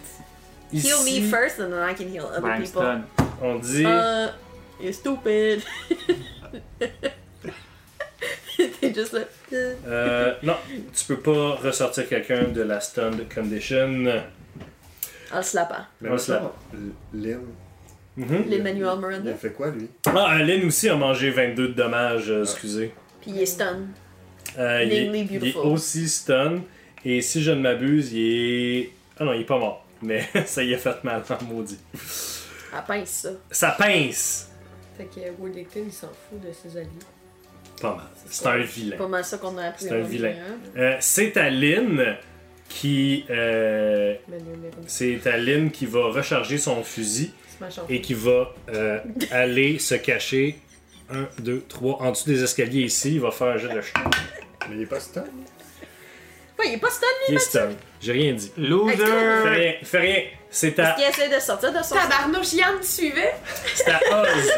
A: ici,
D: Ah bah, heal me first and then I can heal other
B: Ben, I'm
D: people.
B: stun.
A: on dit,
D: Uh, you're stupid. T'es juste là. euh,
A: euh, non, tu peux pas ressortir quelqu'un de la stunned condition.
D: En le slappant.
F: Mais
A: On
F: moi,
A: se lave.
F: ça, Lynn.
A: Mhm.
F: il a-
D: L'Emmanuel Miranda.
F: Il a fait quoi, lui
A: Ah, euh, Lynn aussi a mangé 22 de dommages, euh, excusez.
D: Puis il est stun.
A: Euh, il, est,
D: Mainly
A: il est
D: beautiful.
A: aussi stun. Et si je ne m'abuse, il est. Ah non, il est pas mort. Mais ça y a fait mal, en maudit.
D: À pince Ah, ça.
A: Ça pince!
E: Fait que Woodington, il s'en fout de ses alliés.
A: Pas mal. C'est un vilain.
D: Pas mal ça qu'on a appris.
A: C'est un
D: en
A: vilain.
D: premier, hein.
A: Euh, c'est à Lynn qui. euh,
E: Manuel Miranda.
A: c'est à Lynn qui va recharger son fusil
E: C'est ma chanson.
A: et qui va euh, aller se cacher. 1, 2, 3. En dessous des escaliers ici, il va faire un jeu de chien.
F: Mais il est pas stun.
D: Ouais, il est pas stun.
A: Il est stun. J'ai rien dit. Fais
B: Loser!
A: rien, fais rien. C'est à,
D: Parce qu'il essaie de sortir de son.
E: Tabarnouche, Yann, tu suivais?
A: c'est à Oz.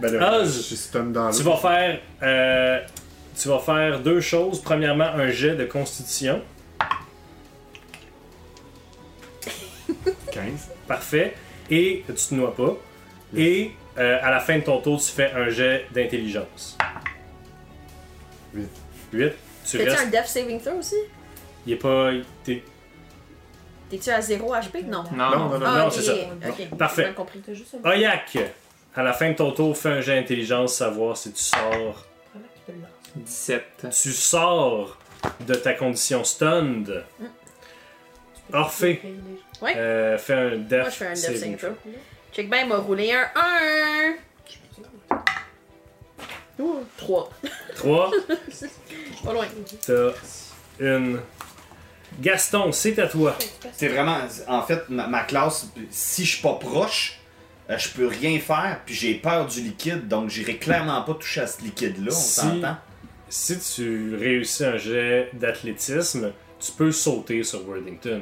F: Ben là,
A: Ah,
F: je
A: je-
F: suis stun dans
A: Tu
F: l'eau.
A: vas faire. euh, tu vas faire deux choses. Premièrement, un jet de constitution.
F: 15.
A: Parfait. Et tu te noies pas. Et euh, à la fin de ton tour, tu fais un jet d'intelligence.
F: Huit.
A: 8. Tu
D: T'es-tu un
A: restes.
D: death saving throw aussi?
A: Il est pas. t'es-
D: T'es-tu à 0 HP? Non.
B: Non,
F: Non, non, non.
D: Ah,
A: non,
D: ok,
A: c'est ça.
D: Ok.
A: Parfait.
D: J'ai bien compris.
E: T'as juste un peu.
A: Oyak! À la fin de ton tour, fais un jet d'intelligence, savoir si tu sors.
E: Comment tu le lances?
B: 17.
A: Tu sors de ta condition stunned. Orphée. Euh, fais un death.
D: Moi, je fais un death saving
A: saving
D: throw. Check ben, il m'a roulé un 1. 3.
A: Trois.
D: Pas loin.
A: T'as une. Gaston, c'est à toi.
C: C'est vraiment, en fait, ma, ma classe, si je suis pas proche, euh, je peux rien faire, puis j'ai peur du liquide, donc j'irai clairement pas toucher à ce liquide-là, on
A: Si.
C: s'entend.
A: Si tu réussis un jet d'athlétisme, tu peux sauter sur Worthington.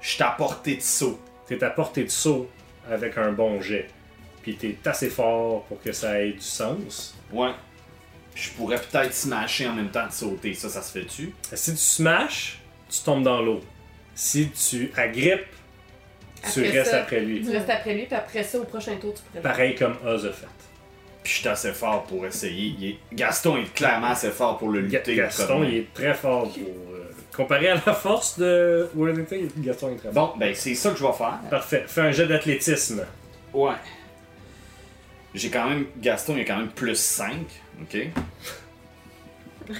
C: Je suis à portée de saut.
A: T'es à portée de saut avec un bon jet. Puis t'es assez fort pour que ça ait du sens.
C: Ouais. Je pourrais peut-être smasher en même temps de sauter, ça, ça se fait-tu?
A: Si tu smashes, tu tombes dans l'eau. Si tu agrippes, tu
E: Après
A: restes
E: ça.
A: après lui.
E: Tu restes après lui, puis après ça, au prochain tour, tu pourrais.
A: Pareil comme Oz a fait.
C: Puis je suis assez fort pour essayer. Il est- Gaston est clairement assez fort pour le
A: Ga-
C: lutter.
A: Gaston,
C: autrement.
A: il est très fort pour. euh, comparé à la force de Worthington, Gaston est très fort.
C: Bon, ben c'est ça que je vais faire.
A: Parfait. Fais un jet d'athlétisme.
C: Ouais. J'ai quand même. Gaston, il a quand même plus 5. OK?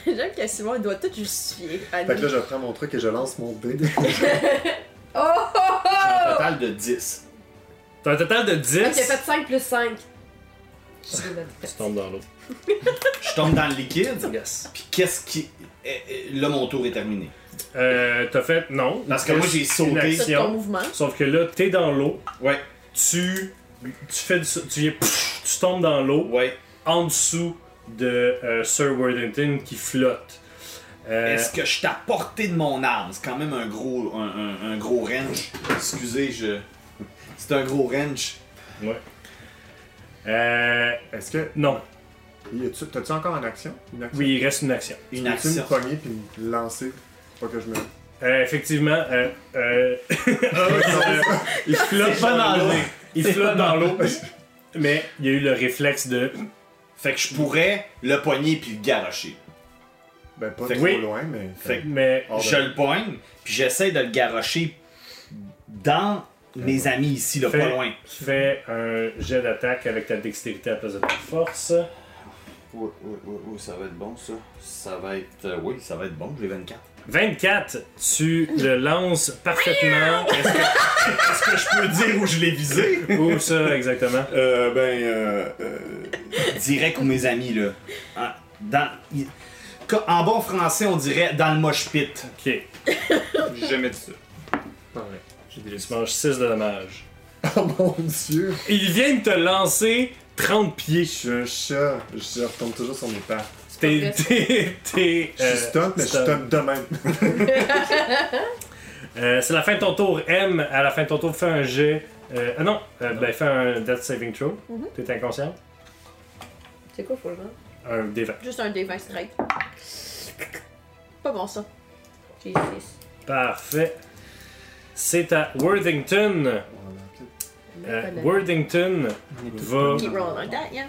D: J'aime que Simon, il doit tout justifier. à
F: Fait que
D: lui.
F: là, je prends mon truc et je lance mon dé.
E: Oh!
C: Un total de 10.
A: T'as un total de 10.
E: Ah, J'ai fait 5 plus 5.
A: Tu tombes dans l'eau.
C: Je tombe dans le liquide.
A: Yes.
C: Puis qu'est-ce qui. eh, eh, Là, mon tour est terminé.
A: Euh, t'as fait. Non.
C: Parce que moi, j'ai
A: Une
C: sauté.
D: Ça, c'est ton
A: action.
D: mouvement.
A: Sauf que là, t'es dans l'eau.
C: Ouais.
A: Tu. Tu fais du. Tu, es- tu tombes dans l'eau.
C: Ouais.
A: En dessous de euh, Sir Worthington qui flotte. Euh,
C: Est-ce que je suis à portée de mon arme? C'est quand même un gros. Un, un- un gros range. Excusez, je. C'est un gros range.
A: euh,
F: Est-ce que.
A: non.
F: y a-tu- T'as-tu encore une action Une action
A: Oui, il reste une action.
C: Une
F: Peux-tu
C: action.
F: me pogner puis me lancer Pas que je me. ben,
A: Euh, effectivement, euh, euh, euh, il flotte pas dans l'eau. Il flotte dans l'eau. Mais il y a eu le réflexe de.
C: Fait que je pourrais le poigner puis le garrocher.
F: Ben, pas
C: Fait que
F: trop
A: oui.
F: loin, mais.
C: Fait que-
A: Mais
F: Ah, ben.
C: je le poigne, puis j'essaie de le garrocher dans mes amis ici, là, pas
A: Fais-
C: loin.
A: Fais un jet d'attaque avec ta dextérité à la place de ta force.
C: Oui, oui, oui, oui, ça va être bon, ça. Ça va être. euh, oui, ça va être bon, j'ai 24.
A: 24, tu le lances parfaitement. Est-ce que-
C: Est-ce que je peux dire où je l'ai visé
A: Où ça exactement?
C: Euh, ben. Euh, euh, direct ou mes amis, là. En- Dans. il- co- En bon français, on dirait dans le moche pit.
A: Ok, Ah
B: J'ai jamais dit ça. Pas vrai. J'ai déjà dit
A: tu manges 6 de dommages.
F: Oh mon dieu!
A: Il vient de te lancer 30 pieds.
F: Je suis un chat, je retombe toujours sur mes pattes.
A: T'es. t'es- t'es,
F: Je
A: euh,
F: suis stop, mais je
A: stun.
F: stop de même.
A: Euh, c'est la fin de ton tour. M, à la fin de ton tour, fais un jet. Euh, ah non, euh, ben fais un Death Saving Throw. T'es inconscient.
D: C'est quoi, faut le rendre?
A: Un D20.
D: Juste un des 20 straight. Pas bon ça. J'ai
E: Euh,
D: six.
A: Parfait. C'est à Worthington. Euh, Worthington
B: Oh.
A: va.
D: Keep rolling like that, yeah.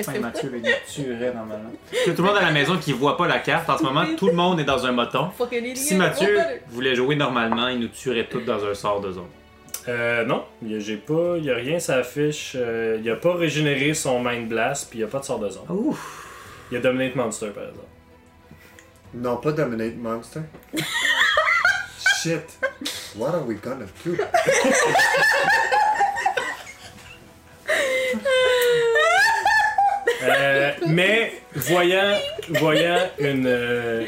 B: Enfin, Mathieu, là, il tuerait normalement. Tout le monde à la maison qui voit pas la carte, en ce moment, tout le monde est dans un moton.
D: Fucking idiot.
B: Si Mathieu
D: Oh, better.
B: voulait jouer normalement, il nous tuerait tous dans un sort de zone.
A: Euh, non, y a- j'ai pas. Y a rien, ça affiche. Euh, y a pas régénéré son Mind Blast, puis y a pas de sort de zone.
B: Ouf!
A: Y a Dominate Monster par exemple.
F: Non, pas Dominate Monster. Shit. What are we gonna do?
A: Euh, mais voyant, voyant une, euh,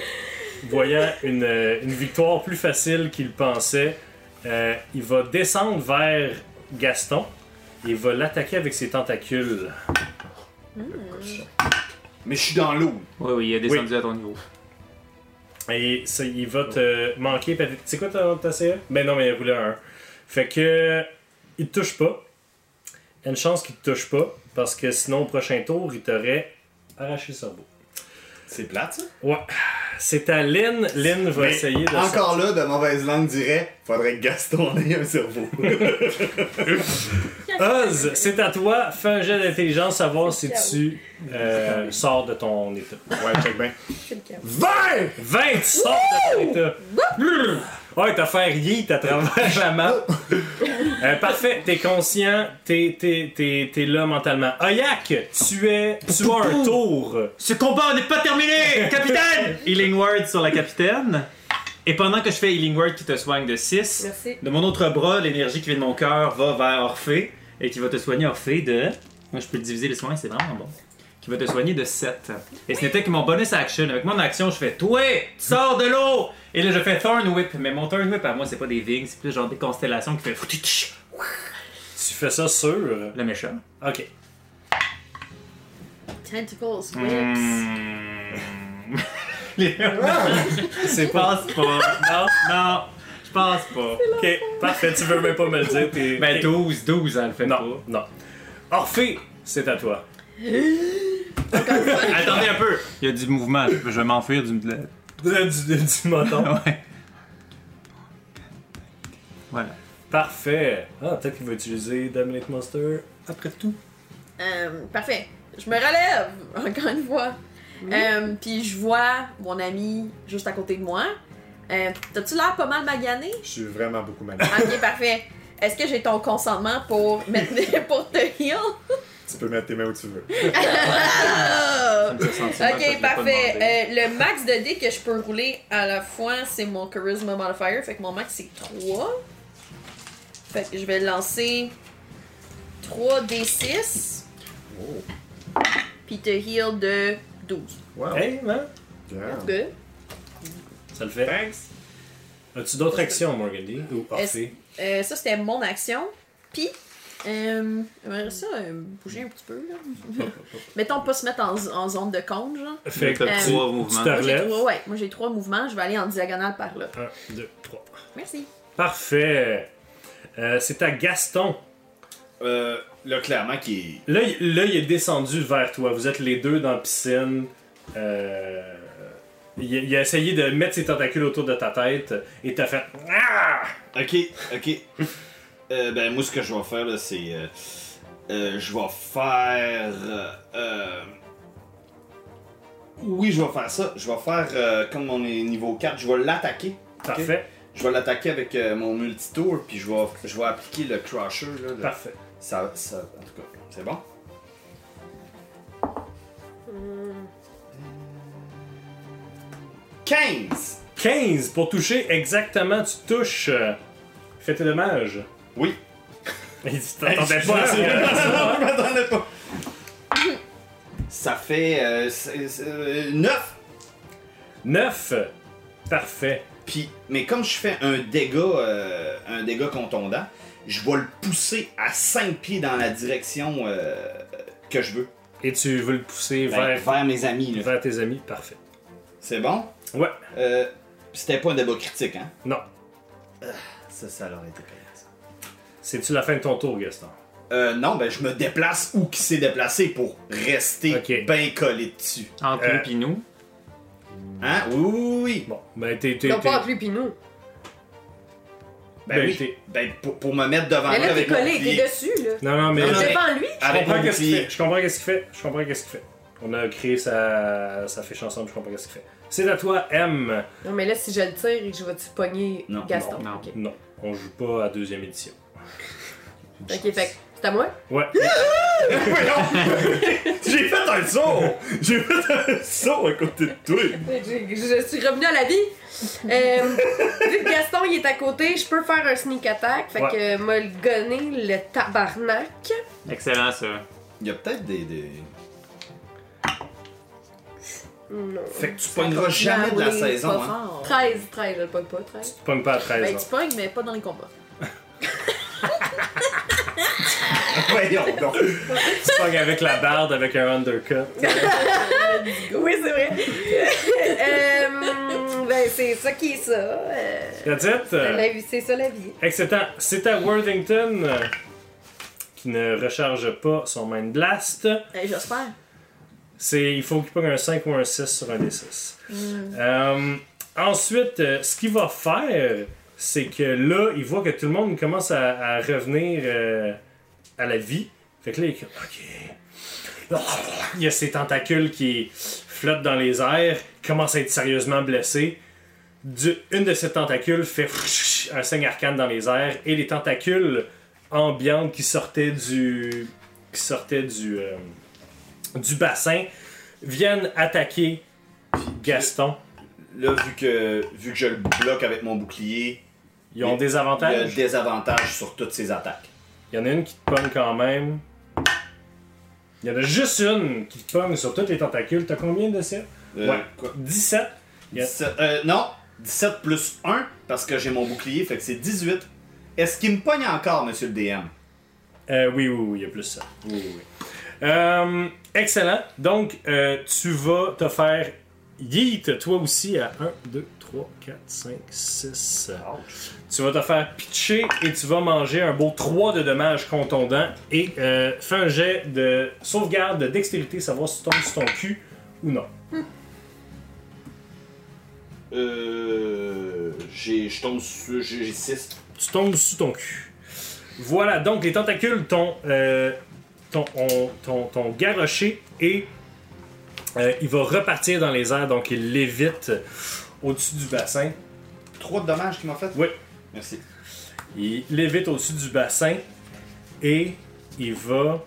A: voyant une, euh, une victoire plus facile qu'il pensait, euh, il va descendre vers Gaston. Il va l'attaquer avec ses tentacules.
C: Mais je suis dans l'eau.
B: Oui, oui, il est descendu à ton niveau.
A: Et ça, il va te manquer. peut-être- C'est quoi ta, ta CA? Ben non, mais il a roulé un. Fait que. Il te touche pas. Il y a une chance qu'il te touche pas. Parce que sinon, au prochain tour, il t'aurait arraché le cerveau.
C: C'est plate, ça
A: Ouais. C'est à Lynn. Lynn va
F: Mais
A: essayer de.
F: Encore là, de mauvaise langue dirait, faudrait que Gaston ait un cerveau.
A: Oz, c'est à toi. Fais un jet d'intelligence, savoir si tu euh, sors de ton état.
F: ouais, check bien.
D: C'est le cas.
F: 20!
A: 20, tu sors de ton état. Brrr. Ouais, t'as fait rien à travers la map. Euh, parfait, t'es conscient, t'es, t'es, t'es, t'es là mentalement. Ayak, tu es, tu as un tour.
B: Ce combat n'est pas terminé, capitaine! Healing Word sur la capitaine. Et pendant que je fais Healing Word qui te soigne de 6,
E: Merci.
B: de mon autre bras, l'énergie qui vient de mon cœur va vers Orphée et qui va te soigner Orphée de. Moi, je peux le diviser les soins, c'est vraiment bon. Qui va te soigner de 7. Et ce n'était que mon bonus action. Avec mon action, je fais Toi, tu sors de l'eau! Et là, je fais Thorn Whip. Mais mon Thorn Whip, à moi, c'est pas des vignes, c'est plus genre des constellations qui fait
A: Tu fais ça sur. euh,
B: Le méchant.
A: Ok.
D: Tentacles, whips.
B: Les-
A: C'est
B: Je pense pas.
A: Non.
B: Non, je pense pas.
A: Ok, Eh, parfait, tu veux même pas me le dire. T'es,
B: Ben
A: t'es-
B: 12, 12, elle le fait
A: Non, non. Orphée, c'est à toi.
B: pas. Attendez un peu. Il y a du mouvement, je vais m'enfuir du...
A: Du, Euh, du, du menton.
B: Ouais. Voilà.
A: Parfait. Ah, peut-être qu'il va utiliser Dominate Monster après tout.
D: Euh, parfait. Je me relève, encore une fois. Euh, Puis je vois mon ami juste à côté de moi. Euh, T'as-tu l'air pas mal magané?
F: Je suis vraiment beaucoup malade.
D: Ok, parfait. Est-ce que j'ai ton consentement pour, mettre- pour te heal?
F: tu peux mettre tes mains où tu veux.
D: Ah!
B: me fait sentir mal parce que je l'ai
D: Ok,
B: pas
D: parfait.
B: demandé.
D: Euh, le max de dés que je peux rouler à la fois, c'est mon Charisma Modifier. Fait que mon max, c'est 3. Fait que je vais lancer 3 D6.
F: Oh,
D: Puis te heal de 12.
F: wow.
A: Hey, man.
F: Damn.
D: Good.
A: Ça le fait. Thanks. As-tu d'autres actions, Morgan D? Ou ah, Orphée?
D: Euh, ça, c'était mon action. Puis, euh, j'aimerais ça euh, bouger un petit peu. Là. Mettons, pas se mettre en, en zone de compte, genre.
A: Fait que
B: Euh, T'as
A: tu,
B: trois
A: tu
B: mouvements.
A: te
D: Moi, j'ai
A: relèves.
D: trois, ouais, moi, j'ai trois mouvements. Je vais aller en diagonale par là.
A: 1, 2, 3.
D: Merci.
A: Parfait. Euh, c'est à Gaston.
C: Euh, là, clairement, qui
A: Là, il- là, il est descendu vers toi. Vous êtes les deux dans la piscine. Euh, il, il a essayé de mettre ses tentacules autour de ta tête et t'as fait. Ah!
C: Ok, ok. Euh, ben, moi, ce que je vais faire, là, c'est. euh, euh, je vais faire. euh, euh, Oui, je vais faire ça. Je vais faire. euh, comme on est niveau 4, je vais l'attaquer.
A: Parfait.
C: Je vais l'attaquer avec euh, mon multitour, puis je vais, je vais appliquer le crusher. Là, le-
A: Parfait.
C: Ça, ça, en tout cas, c'est bon.
E: Hmm.
C: 15!
A: 15 pour toucher exactement, tu touches. euh, Fais tes dommages.
C: Oui.
A: Il dit, T'entendais pas hein. à
C: Hey, je-
A: ça.
C: Non, je m'attendais pas. Ça fait euh, 9!
A: 9. Parfait.
C: Puis, mais comme je fais un dégât, euh, un dégât contondant, je vais le pousser à 5 pieds dans la direction euh, que je veux.
A: Et tu veux le pousser
C: Ben,
A: vers,
C: vers mes amis. là.
A: vers tes amis. Parfait.
C: C'est bon?
A: Ouais.
C: Euh, C'était pas un débat critique, hein?
A: Non.
C: Euh, Ça, ça leur été payant, ça.
A: C'est-tu la fin de ton tour, Gaston?
C: Euh, non, ben je me déplace où qui s'est déplacé pour rester
A: Ok.
C: bien collé dessus.
B: Entre
A: Euh,
B: lui pis nous.
C: Hein? Oui, oui, oui.
A: Bon, ben t'es. t'es-
E: Non,
A: t'es-
E: pas entre lui pis nous.
C: Ben,
A: Ben,
C: oui.
A: t'es-
C: Ben, pour, pour me mettre devant
E: Mais
C: lui
E: là, t'es
C: avec mon
E: collé,
C: bouclier.
E: t'es dessus, là.
A: Non, non, mais.
C: Non, non,
A: je
C: mais-
E: Devant lui.
C: Avec
A: comprends
C: mon
A: qu'est-ce qu'il
C: bouclier.
A: fait. Je comprends qu'est-ce qu'il fait. Je comprends qu'est-ce qu'il fait. On a créé sa, sa fiche ensemble, je comprends qu'est-ce qu'il fait. C'est à toi, M.
E: Non, mais là, si je le tire et que je vais-tu pogner
C: Non,
E: Gaston?
B: non, non.
E: Ok,
A: Non, on joue pas à deuxième édition.
E: Ok, fait que c'est à moi?
A: Ouais.
C: J'ai fait un saut! J'ai fait un saut à côté de toi!
E: Je, je suis revenue à la vie. Euh, vu que Gaston il est à côté, je peux faire un sneak attack. Fait
A: Ouais.
E: que euh, m'a le gonné le tabarnak.
B: Excellent ça.
C: Il y a peut-être des. des-
E: Non.
C: Fait que tu pogneras jamais de la saison, hein?
E: 13, 13, je le pogne pas, 13.
A: Tu pognes pas à 13
D: Ben,
A: ans.
D: tu pognes, mais pas dans les combats.
C: Voyons donc!
A: Tu pognes avec la barde, avec un undercut.
E: Oui, c'est vrai. Euh, ben, c'est ça qui est ça. Euh,
A: That's it.
E: la vie- c'est ça la vie.
A: Excellent. C'est à Worthington euh, qui ne recharge pas son Mind Blast.
D: Eh, J'espère.
A: C'est, il faut qu'il pogne un 5 ou un 6 sur un des 6. Euh, ensuite, euh, ce qu'il va faire, c'est que là, il voit que tout le monde commence à, à revenir euh, à la vie. Fait que là, il est comme, OK. Il y a ses tentacules qui flottent dans les airs, il commence à être sérieusement blessé. Du- une de ses tentacules fait un signe arcane dans les airs et les tentacules ambiantes qui sortaient du. qui sortaient du. euh, du bassin viennent attaquer Gaston.
C: Là, vu que, vu que je le bloque avec mon bouclier,
A: Ils ont
C: Il-
A: des
C: il y a
A: avantages.
C: des avantages sur toutes ses attaques.
A: Il y en a une qui te pogne quand même. Il y en a juste une qui te pogne sur toutes les tentacules. T'as combien de ça?
C: Euh,
A: Ouais.
C: quoi?
A: 17. Yeah.
C: 17 euh, non, 17 plus 1, parce que j'ai mon bouclier, fait que c'est 18. Est-ce qu'il me pogne encore, monsieur le DM?
A: Euh, oui, oui, oui, il y a plus ça. Oui, oui, oui. Euh, excellent. Donc, euh, tu vas te faire yeet, toi aussi, à 1, 2, 3, 4, 5, 6. Tu vas te faire pitcher et tu vas manger un beau 3 de dommages contondants. Et euh, fais un jet de sauvegarde, de dextérité, savoir si tu tombes sur ton cul ou non.
C: Euh. J'ai. Je tombe sur. J'ai 6.
A: tu tombes sous ton cul. Voilà, donc les tentacules t'ont euh, t'ont- ont- t'ont- t'ont garoché et euh, il va repartir dans les airs, donc il lévite au-dessus du bassin.
C: 3 de dommages qu'il m'a fait?
A: Oui,
C: Merci.
A: il lévite au-dessus du bassin et il va.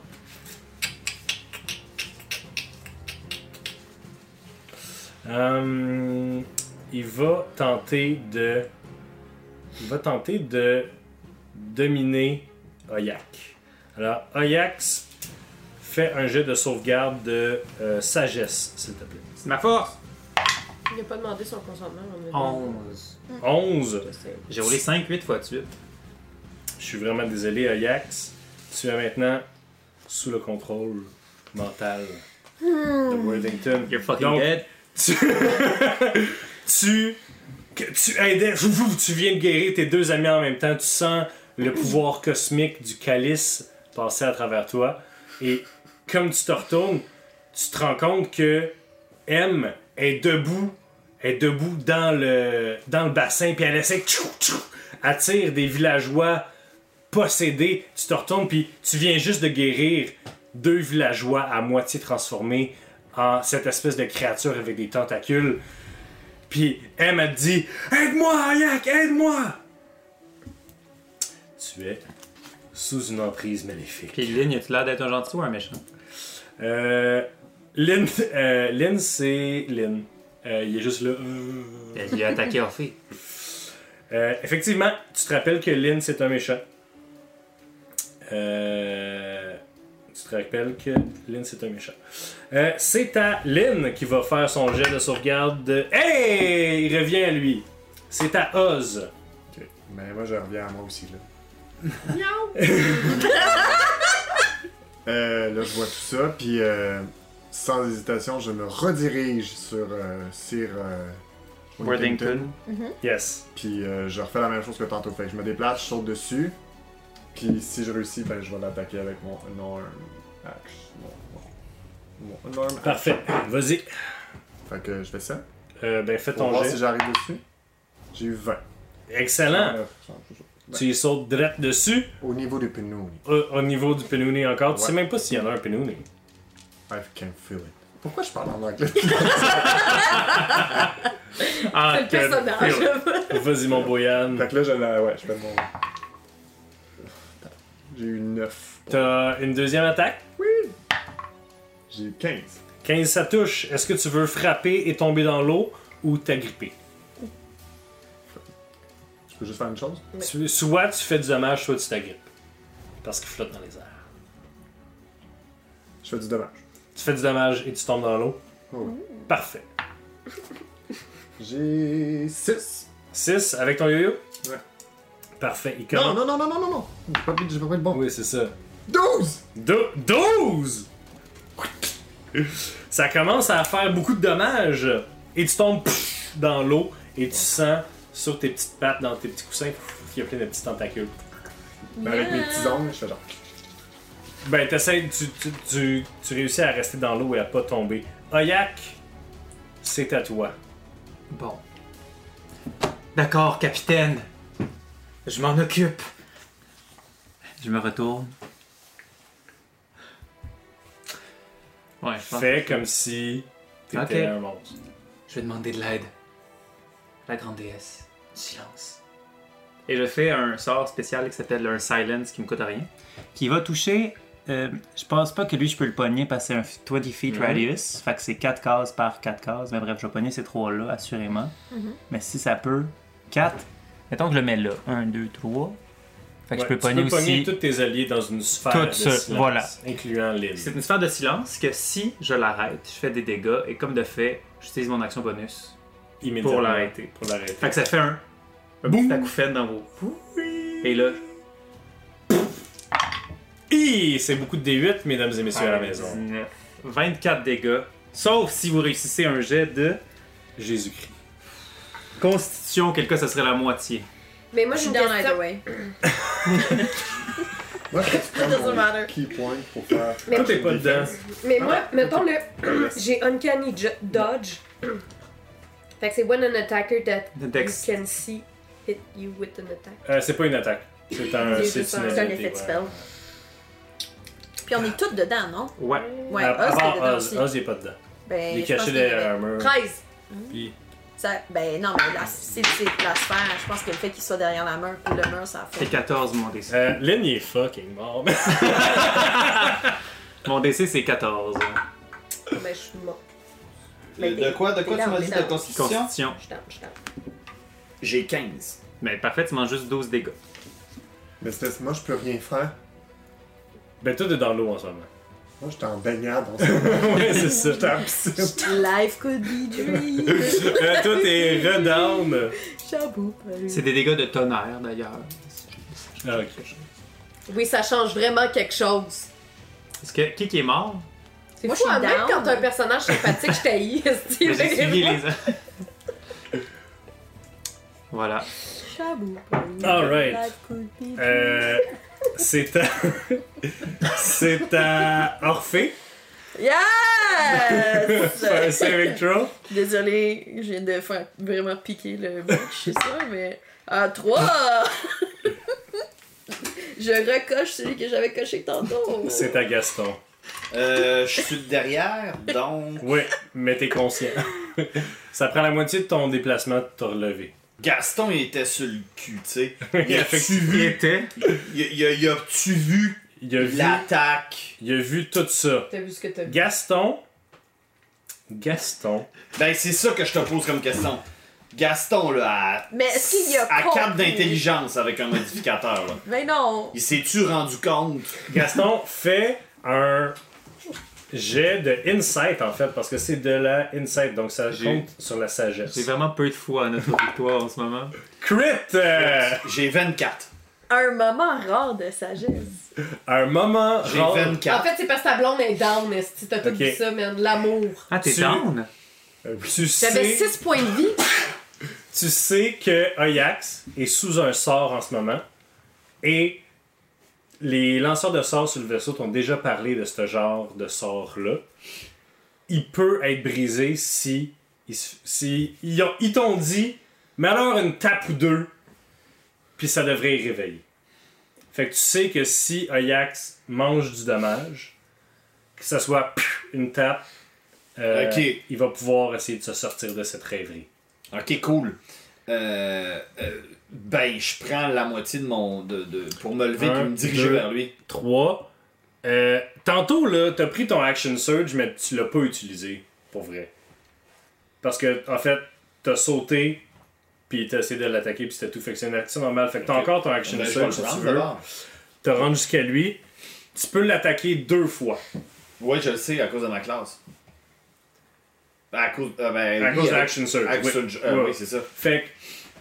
A: Hum, il va tenter de. Il va tenter de dominer Oyak. Alors, Oyak s- fait un jet de sauvegarde de euh, sagesse, s'il te plaît.
B: C'est ma force.
E: Il a pas demandé son consentement. on a-
B: 11.
A: 11.
E: Je sais.
B: J'ai roulé 5, 8 fois de suite.
A: Je suis vraiment désolé, Ajax. Tu es maintenant sous le contrôle mental de Worthington.
B: You're fucking
A: Donc,
B: dead.
A: Tu... tu... que tu aidais... Fou, fou, Tu viens de guérir tes deux amis en même temps. Tu sens le pouvoir cosmique du calice passer à travers toi. Et comme tu te retournes, tu te rends compte que M est debout, est debout dans le, dans le bassin, puis elle essaie, tchou, tchou, attire des villageois possédés. Tu te retournes, puis tu viens juste de guérir deux villageois à moitié transformés en cette espèce de créature avec des tentacules. Puis M, elle te dit Aide-moi, Ayak, aide-moi Tu es sous une emprise maléfique.
B: Puis Lynn, a-tu l'air d'être un gentil ou un méchant?
A: Euh, Lynn, euh, Lynn, c'est Lynn. Euh, il est juste là. Euh,
B: Elle lui a attaqué Orphée.
A: Euh, effectivement, tu te rappelles que Lynn, c'est un méchant. Euh, tu te rappelles que Lynn, c'est un méchant. Euh, c'est à Lynn qui va faire son jet de sauvegarde de... Hey! Il revient à lui. C'est à Oz.
F: Ok. Ben, moi, je reviens à moi aussi, là. Euh, là, je vois tout ça, puis euh, sans hésitation, je me redirige sur euh, Sir euh,
B: Worthington.
A: Yes.
F: Puis euh, je refais la même chose que tantôt. Fait que je me déplace, je saute dessus. Puis si je réussis, ben, je vais l'attaquer avec mon enorme axe. Mon, mon, mon enorme axe.
A: Parfait. Vas-y.
F: Fait que je fais ça.
A: Euh, ben, fais
F: Pour
A: ton
F: voir
A: jet.
F: si j'arrive dessus. J'ai eu 20.
A: Excellent.
F: Euh, ouais.
A: Tu y sautes direct dessus. Euh,
F: Au niveau du pinouni.
A: Au, au niveau du Penouni encore. Tu
F: Ouais.
A: sais même pas s'il y en a un Penouni.
F: I can feel it. Pourquoi je parle en anglais?
B: Ah,
E: le personnage.
A: Vas-y, mon Boyan.
F: fait que là, je la... Ouais, je fais mon... J'ai eu 9.
A: T'as une deuxième attaque.
F: J'ai eu 15.
A: 15, ça touche. Est-ce que tu veux frapper et tomber dans l'eau ou t'agripper?
F: Je peux juste faire une chose?
A: Tu- Soit tu fais du dommage, soit tu t'agrippes. Parce qu'il flotte dans les airs.
F: Je fais du dommage.
A: Tu fais du dommage et tu tombes dans l'eau.
F: Oh.
A: Parfait.
F: J'ai 6.
A: 6 avec ton yo-yo?
F: Ouais.
A: Parfait. Il
F: Non,
A: commence.
F: non, non, non, non, non, non. J'ai pas pris, j'ai pas pris le bon.
A: Oui, c'est ça.
F: 12!
A: Dou- 12! Ça commence à faire beaucoup de dommages. Et tu tombes pff, dans l'eau et tu sens sur tes petites pattes, dans tes petits coussins, pff, qu'il y a plein de petits tentacules.
F: Mais avec mes petits ongles, je fais genre.
A: Ben, t'essayes, tu, tu, tu, tu réussis à rester dans l'eau et à pas tomber. Oyak, c'est à toi.
B: Bon. D'accord, capitaine. Je m'en occupe. Je me retourne. Ouais, je pense.
A: Fais comme si t'étais
B: Ok.
A: un monstre.
B: Je vais demander de l'aide. La grande déesse. du Silence. Et je fais un sort spécial qui s'appelle un silence qui me coûte rien. Qui va toucher. euh, je pense pas que lui je peux le pogner parce que c'est un 20 feet radius. Fait que c'est 4 cases par 4 cases. Mais bref, je vais pogner ces trois-là, assurément. Mais si ça peut. 4. Mettons que je le mets là. 1, 2, 3. Fait que
A: Ouais,
B: je peux pogner aussi.
A: tous tes alliés dans une sphère
B: Tout
A: de
B: ça,
A: silence,
B: voilà.
A: incluant l'île.
B: C'est une sphère de silence que si je l'arrête, je fais des dégâts et comme de fait, j'utilise mon action bonus
A: Immédiatement.
B: Pour l'arrêter.
A: Pour l'arrêter.
B: Fait que ça fait un, un
A: Boum.
B: petit acouphène dans vos coups. Et là,
A: Hi, C'est beaucoup de D8, mesdames et messieurs à la maison.
B: 19, 24 dégâts. Sauf si vous réussissez un jet de
A: Jésus-Christ.
B: constitution, quelqu'un, ça serait la moitié.
E: Mais
D: Moi,
E: moi,
D: je
E: j'ai
D: suis
E: une
D: down either
E: question.
D: way.
F: Moi, je prends
D: Doesn't
F: mon
D: matter.
F: key point pour faire.
E: Mais-
A: Tout est pas dedans.
E: Mais moi, mettons le. J'ai Uncanny ju- Dodge. Fait que c'est when an attacker that
B: De
E: you
B: Dex.
E: can see hit you with an attack.
A: Euh, c'est pas une attaque. C'est un,
E: C'est
A: c'est
E: juste
A: une
E: un-
D: C'est un
A: ability,
D: effet de
A: ouais.
D: spell. Puis on est toutes dedans, non?
B: Ouais.
D: Ouais,
A: à, à
D: Oz
A: part
D: est dedans
A: Ah, Oz,
D: aussi.
A: Oz, il est pas dedans.
D: Ben,
A: il est
D: je pense
A: caché
D: qu'il y
A: derrière un
D: avait-
A: mur.
E: 13!
A: Puis-
D: Ça- ben non, mais la, c'est, c'est la sphère. Je pense que le fait qu'il soit derrière la mur, le mur, ça
B: C'est
D: fait.
B: 14 mon DC.
A: Euh, Lynn, il est fucking mort.
B: Mon DC c'est 14.
E: Mais je suis mort.
D: Mais
C: Euh, de quoi, de quoi
D: Ben, t'es là,
C: tu m'as
D: on est
C: dit
D: là.
C: de constitution
B: Constitution.
E: Je suis down, je suis down.
C: J'ai 15.
B: Mais parfait, tu manges juste 12 dégâts.
F: Mais c'est moi, je peux rien faire.
A: ben, tout est dans l'eau en ce moment.
F: Moi, j'étais en baignade. On s'en
A: ouais, c'est ça.
F: en piscine.
D: Life could be dream.
A: Euh, toi, t'es redown.
D: Chabou.
B: C'est des dégâts de tonnerre d'ailleurs.
A: Ah, ok.
E: Oui, ça change vraiment quelque chose.
B: Est-ce que qui qui est mort
E: C'est
D: Moi,
E: fou,
D: je suis
E: hein, même
D: down.
E: quand t'as un personnage sympathique, je t'haïs. esti,
B: J'ai suivi
E: vraiment.
B: les. voilà.
D: Chabou.
A: All right.
D: Life could be dream.
A: Euh, c'est à. c'est à Orphée. Fais un
D: Yes!
A: saving throw.
D: Désolée, je viens de faire vraiment piquer le bouc, je suis sûre, mais. Ah, 3! je recoche celui que j'avais coché
E: Oh,
D: tantôt.
A: C'est à Gaston.
C: Euh, je suis derrière, donc.
A: Oui, mais t'es conscient. Ça prend la moitié de ton déplacement de te relever.
C: Gaston, il était sur le cul, tu sais.
A: Il
C: Il
A: a,
C: a-tu
A: fait-
B: Il
C: vu,
B: était.
C: il, il- il a-tu vu
A: il a vu,
C: l'attaque?
A: il a vu tout ça.
E: T'as vu ce que t'as vu?
A: Gaston. Gaston.
C: Ben, c'est ça que je te pose comme question. Gaston, là, à,
D: Mais est-ce qu'il y a
C: à
D: compris?
C: cap d'intelligence avec un modificateur, là.
D: Mais non.
C: Il s'est-tu rendu compte?
A: Gaston fait un jet de insight en fait parce que c'est de la insight donc ça
B: J'ai-
A: compte sur la
B: J'ai
A: sagesse.
B: vraiment peu de foi à notre victoire en ce moment.
A: Crit. euh,
C: J'ai 24.
D: Un moment rare de sagesse.
A: un moment
C: J'ai
A: rare.
C: 24.
E: En fait, c'est parce que ta blonde est down, esti. T'as tout
A: Ok.
E: vu ça, man. L'amour.
B: Ah, t'es
A: Tu-
B: down?
A: Euh, Tu
E: J'avais
A: sais,
E: 6 points de vie.
A: tu sais que Ajax est sous un sort en ce moment et les lanceurs de sorts sur le vaisseau t'ont déjà parlé de ce genre de sort là. Il peut être brisé si ils s- si ils ont- ils t'ont dit mais alors une tape ou deux puis ça devrait y réveiller. Fait que tu sais que si Ajax mange du dommage, que ça soit pff, une tape, euh,
C: Ok.
A: il va pouvoir essayer de se sortir de cette rêverie.
C: Ok, cool. Euh, euh, ben, je prends la moitié de mon. De, de- pour me lever et
A: Un,
C: me diriger
A: deux.
C: vers lui.
A: 3. Euh, tantôt, là, t'as pris ton Action Surge, mais tu l'as pas utilisé, pour vrai. Parce que, en fait, t'as sauté, puis t'as essayé de l'attaquer, puis c'était tout. Fait que c'est une action normale. Fait que t'as
C: Ok.
A: encore ton Action
C: Ben, je vais le
A: Surge, si tu
C: prendre
A: veux.
C: d'abord.
A: Te rendre jusqu'à lui. Tu peux l'attaquer deux fois.
C: Ouais, je le sais, à cause de ma classe. À cause. euh, ben,
A: À
C: oui,
A: cause de
C: avec-
A: Action Surge.
C: avec
A: oui.
C: Surge, euh,
A: Ouais.
C: oui, c'est ça.
A: Fait que,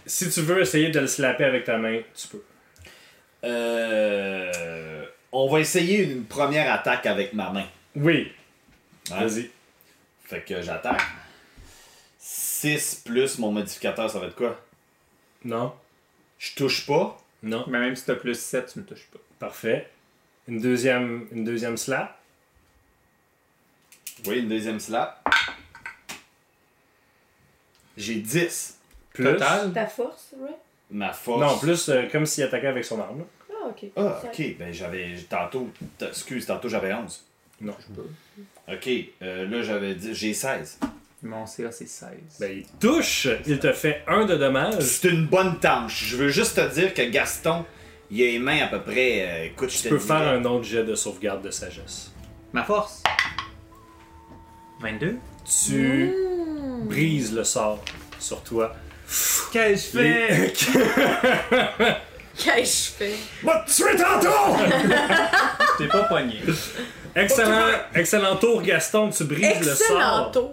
A: si tu veux essayer de le slapper avec ta main, tu peux.
C: Euh, on va essayer une première attaque avec ma main.
A: Oui.
C: hein.
A: Vas-y.
C: Fait que j'attaque. 6 plus mon modificateur, ça va être quoi?
A: Non.
C: Je touche pas.
A: Non.
B: Mais même si t'as plus 7, tu me touches pas.
A: Parfait. Une deuxième, une deuxième slap.
C: Oui, une deuxième slap. J'ai 10.
A: Plus.
B: Total?
E: Ta force, ouais?
C: Ma force.
A: Non, plus euh, comme s'il attaquait avec son arme.
E: Ah, ok.
C: Ah, ok. Ben, j'avais. Tantôt. t- Excuse, tantôt j'avais 11.
A: Non.
C: Ok. euh, là, j'avais dit. J'ai 16.
B: Mon CA, c'est 16.
A: Ben, il touche, il te fait un de dommage.
C: C'est une bonne tanche. Je veux juste te dire que Gaston, il a les mains à peu près. euh, écoute, je
A: Tu peux faire un autre jet de sauvegarde de sagesse.
B: Ma force? 22?
A: Tu
D: Hmm. Mmh.
A: brises le sort sur toi.
B: Qu'est-ce que
A: Les-
E: Qu'est-ce que je fais?
A: Va te tuer tantôt!
B: T'es pas pogné.
A: Excellent, excellent tour, Gaston. Tu brises
D: Excellent
A: le sort.
D: tour.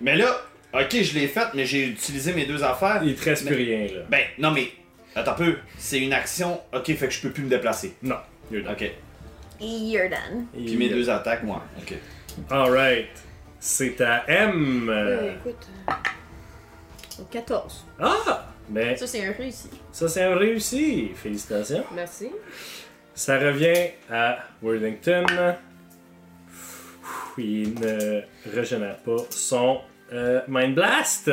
C: Mais là, ok, je l'ai faite, mais j'ai utilisé mes deux affaires.
A: Il te reste plus
C: Mais-
A: rien, là.
C: Ben, non, mais. Attends un peu. C'est une action. Ok, fait que je peux plus me déplacer.
A: Non. You're done.
C: Ok.
D: You're done.
C: Puis mes deux attaques, moi. Ok.
A: Alright. C'est à M.
E: Euh, écoute. euh, 14.
A: Ah! Mais
D: Ça, c'est un réussi.
A: ça, c'est un réussi. Félicitations.
E: Merci.
A: Ça revient à Worthington. Ouh, Il ne régénère pas son euh, Mind Blast.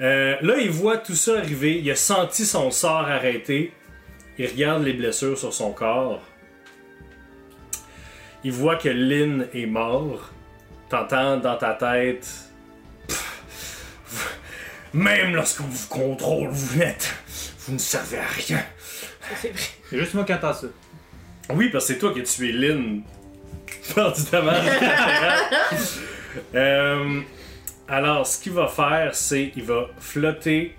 A: Euh, là, il voit tout ça arriver. Il a senti son sort arrêté. Il regarde les blessures sur son corps. Il voit que Lynn est mort. T'entends dans ta tête. Pff, Même lorsque vous vous contrôle, vous n'êtes. Vous ne savez à rien.
B: C'est juste moi qui entends ça.
A: Oui, parce que c'est toi qui as tué Lynn. Par du dommage. Euh, alors, ce qu'il va faire, c'est il va flotter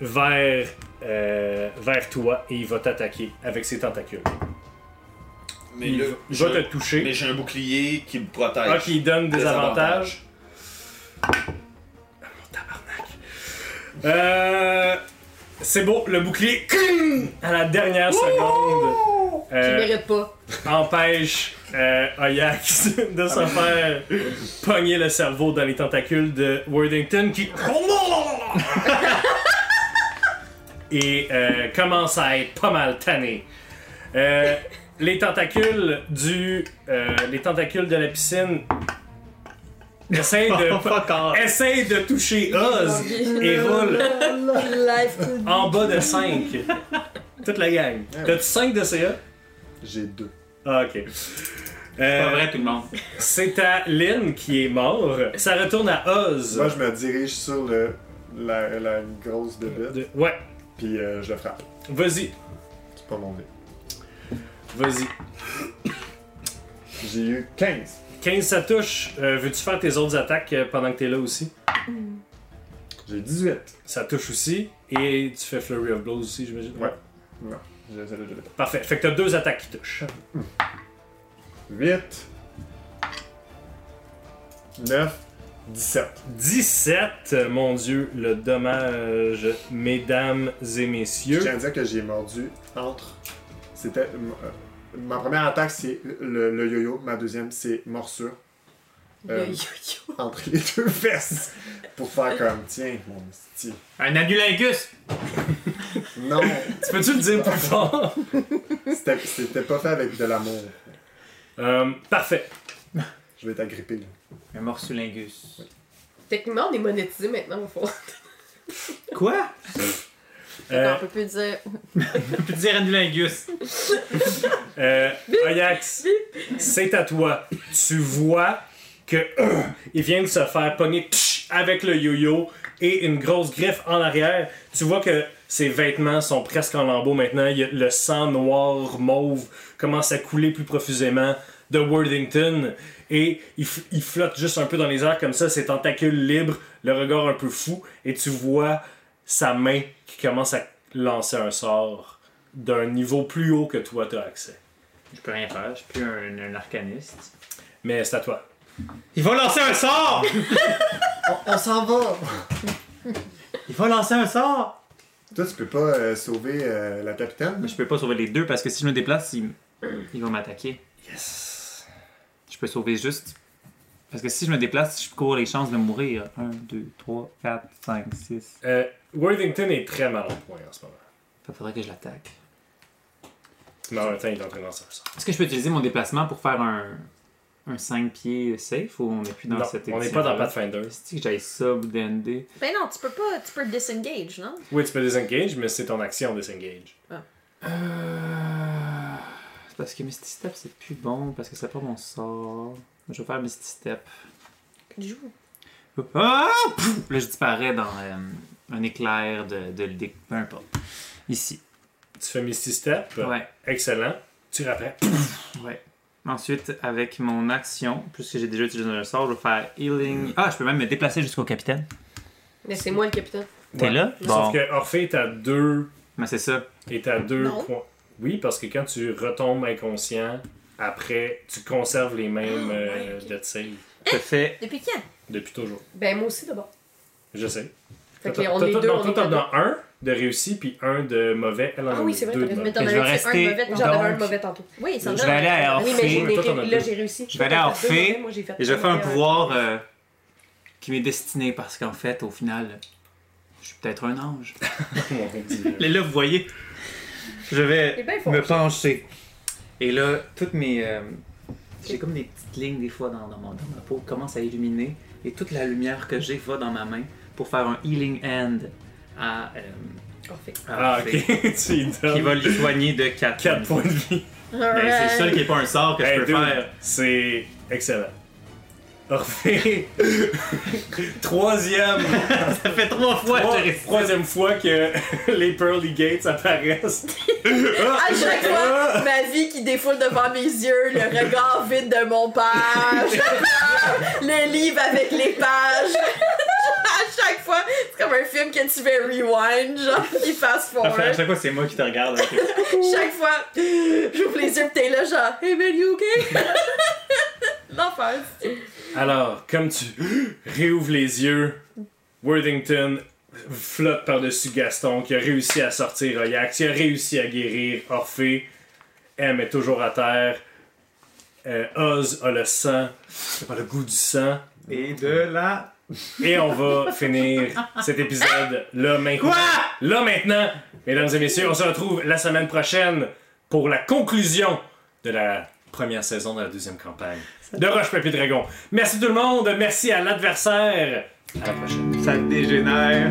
A: vers, euh, vers toi et il va t'attaquer avec ses tentacules.
C: Mais
A: il
C: là,
A: va- il
C: je-
A: va te toucher.
C: Mais j'ai un bouclier qui me protège.
A: Ah, qui donne des
C: Des
A: avantages. Ah, mon tabarnak. Euh, c'est beau, le bouclier, cling, à la dernière seconde,
E: Je
A: euh,
E: mérite pas.
A: empêche euh, Ajax de
B: Ah
A: se faire pogner le cerveau dans les tentacules de Worthington qui et euh, commence à être pas mal tanné. Euh, les tentacules du euh, les tentacules de la piscine essayent de
B: Oh, Fuck off.
A: essayent de toucher Oz et roulent
E: Life could
A: en bas de 5.
B: Ah
A: Toute la gang. T'as-tu 5 de CA?
F: J'ai deux.
A: Ah, ok. Euh,
B: Pas vrai, tout le monde.
A: C'est à Lynn qui est mort. Ça retourne à Oz.
F: Moi, je me dirige sur le, la, la grosse bébête,
A: De- Ouais,
F: puis euh, je le frappe.
A: vas-y,
F: C'est pas mon dé.
A: vas-y.
F: J'ai eu 15.
A: 15, ça touche. Euh, Veux-tu faire tes autres attaques euh, pendant que t'es là aussi?
F: J'ai 18.
A: Ça touche aussi. Et tu fais Flurry of Blows aussi, j'imagine?
F: Ouais. Non, je je- je l'ai pas.
A: Parfait. Fait que t'as deux attaques qui touchent.
F: 8. 9. 17.
A: 17, euh, mon dieu, le dommage, mesdames et
F: Je
A: messieurs.
F: tiens à dire que j'ai mordu entre. C'était. m- euh, Ma première attaque, c'est le, le yo-yo. Ma deuxième, c'est morsure. Euh,
D: yo-yo.
F: Entre les deux fesses. Pour faire comme, tiens, mon petit.
B: Un anulingus!
F: Non,
A: Tu peux-tu le dire plus fort?
F: c'était c'était pas fait avec de l'amour.
A: Euh, parfait.
F: Je vais t'agripper. là.
B: Un morsulingus.
E: Techniquement, on est monétisé maintenant, au fond.
B: Quoi?
A: Euh,
D: On peut plus dire.
B: Tu peux dire anulingus.
A: Euh, Ajax, c'est à toi. Tu vois que euh, il vient de se faire pogner psh, avec le yo-yo et une grosse griffe en arrière. Tu vois que ses vêtements sont presque en lambeaux maintenant. Il y a le sang noir mauve commence à couler plus profusément de Worthington et il, f- il flotte juste un peu dans les airs comme ça, ses tentacules libres, le regard un peu fou et tu vois sa main qui commence à lancer un sort d'un niveau plus haut que toi t'as accès.
B: Je peux rien faire, je suis plus un, un arcaniste.
A: Mais c'est à toi.
B: Il va lancer un sort!
F: On s'en va!
B: Il va lancer un sort!
F: Toi, tu peux pas euh, sauver euh, la capitaine?
B: Mais je peux pas sauver les deux parce que si je me déplace, ils, ils vont m'attaquer.
A: Yes.
B: Je peux sauver juste. Parce que si je me déplace, je cours les chances de mourir. 1, 2, 3, 4, 5, 6.
A: Euh, Worthington est très mal en point en ce moment.
B: Il faudrait que je l'attaque.
A: Mais en même temps, il est en train de lancer un sort.
B: Est-ce que je peux utiliser mon déplacement pour faire un, un 5 pieds safe ou on n'est plus dans
A: Non,
B: cette
A: on n'est pas dans
B: édition-là?
A: Pathfinder.
B: Si j'aille ça ou DND.
D: Ben non, tu peux pas. Tu peux disengage, non?
A: Oui, tu peux disengage, mais c'est ton action disengage.
B: Euh, c'est Parce que Misty Step c'est plus bon parce que c'est pas mon sort. Je vais faire Misty Step.
D: Joue.
B: Ah! Pouf! Là je disparais dans euh, un éclair de, de, de- peu importe. Ici.
A: Tu fais Misty Step.
B: Ouais.
A: Excellent. Tu rappelles.
B: Ouais. Ensuite, avec mon action, puisque j'ai déjà utilisé un sort, je vais faire
A: Mm.
B: healing. Ah, je peux même me déplacer jusqu'au capitaine.
E: Mais c'est moi le capitaine.
B: T'es
A: Ouais.
B: là?
A: Sauf que Orphée est à deux,
B: Mais c'est ça.
A: est à deux
D: Non.
A: points. Oui, parce que quand tu retombes inconscient, après, tu conserves les mêmes
D: Ah,
A: euh,
D: ouais, ok.
A: death save
B: Je fais.
D: Depuis quand?
A: depuis toujours.
E: Ben, moi aussi, d'abord.
A: Je sais.
E: Fait
A: Toi,
E: que on
A: toi,
E: est
A: toi,
E: deux,
A: non,
E: on
A: toi,
E: est
A: t'en
E: deux.
A: as un de réussi puis un de mauvais. Elle en
E: Ah
A: a
E: oui, c'est vrai,
A: deux
E: t'as
A: de
E: raison.
A: mauvais.
D: Mais t'en
B: Mais je vais
D: avais fait un de
B: rester
D: mauvais.
E: J'en
D: tantôt.
E: avais
B: Donc-
E: un de mauvais tantôt.
D: Oui, ça
B: Je
D: en
B: vais aller à
E: Oui,
B: Orphée.
E: mais j'ai-
A: Toi, t'en as
E: là,
A: deux.
E: j'ai réussi.
B: Je vais aller à
E: T'as fait deux
B: Orphée,
E: mauvais, moi, j'ai fait
B: Et je vais
E: un
B: faire un
E: mauvais, ouais.
B: pouvoir euh, qui m'est destiné parce qu'en fait, au final, je suis peut-être un ange.
A: Mon Dieu.
B: Et là, vous voyez, je vais
E: Eh ben, faut-
B: me pencher. Et là, toutes mes. euh, j'ai comme des petites lignes des fois dans, dans mon- dans ma peau qui commencent à illuminer. Et toute la lumière que j'ai va dans ma main pour faire un healing hand à. euh,
E: Orphée.
A: Ah, ok.
B: Orphée,
A: tu y donnes
B: Qui va lui soigner de 4
A: 4 points de vie.
B: Mais Ben, c'est le seul
D: Alright.
B: qui n'est pas un sort que
A: Hey,
B: je peux
A: dude,
B: faire.
A: C'est excellent. Orphée, troisième,
B: Ça fait trois fois
A: trois-
B: que j'ai réussi.
A: troisième fois que les Pearly Gates apparaissent. Ah,
D: À chaque fois, ma vie qui défoule devant mes yeux, le regard vide de mon page, le livre avec les pages. À chaque fois, c'est comme un film que tu fais rewind, genre, qui fast
B: Parfait, à
D: forward.
B: chaque fois, c'est moi qui te regarde. ok.
D: Chaque fois, j'ouvre les yeux pis t'es là, genre, hey man, you okay? L'enfer.
A: Alors, comme tu réouvres les yeux, Worthington flotte par-dessus Gaston qui a réussi à sortir Ajax, qui a réussi à guérir Orphée. M est toujours à terre. Euh, Oz a le sang. C'est pas le goût du sang.
B: Et de là.
A: Et on va finir cet épisode là maintenant.
B: Quoi?
A: Là maintenant, mesdames et messieurs, on se retrouve la semaine prochaine pour la conclusion de la première saison de la deuxième campagne de Roche Papier Dragon. Merci tout le monde, merci à l'adversaire. À la prochaine.
B: Ça dégénère.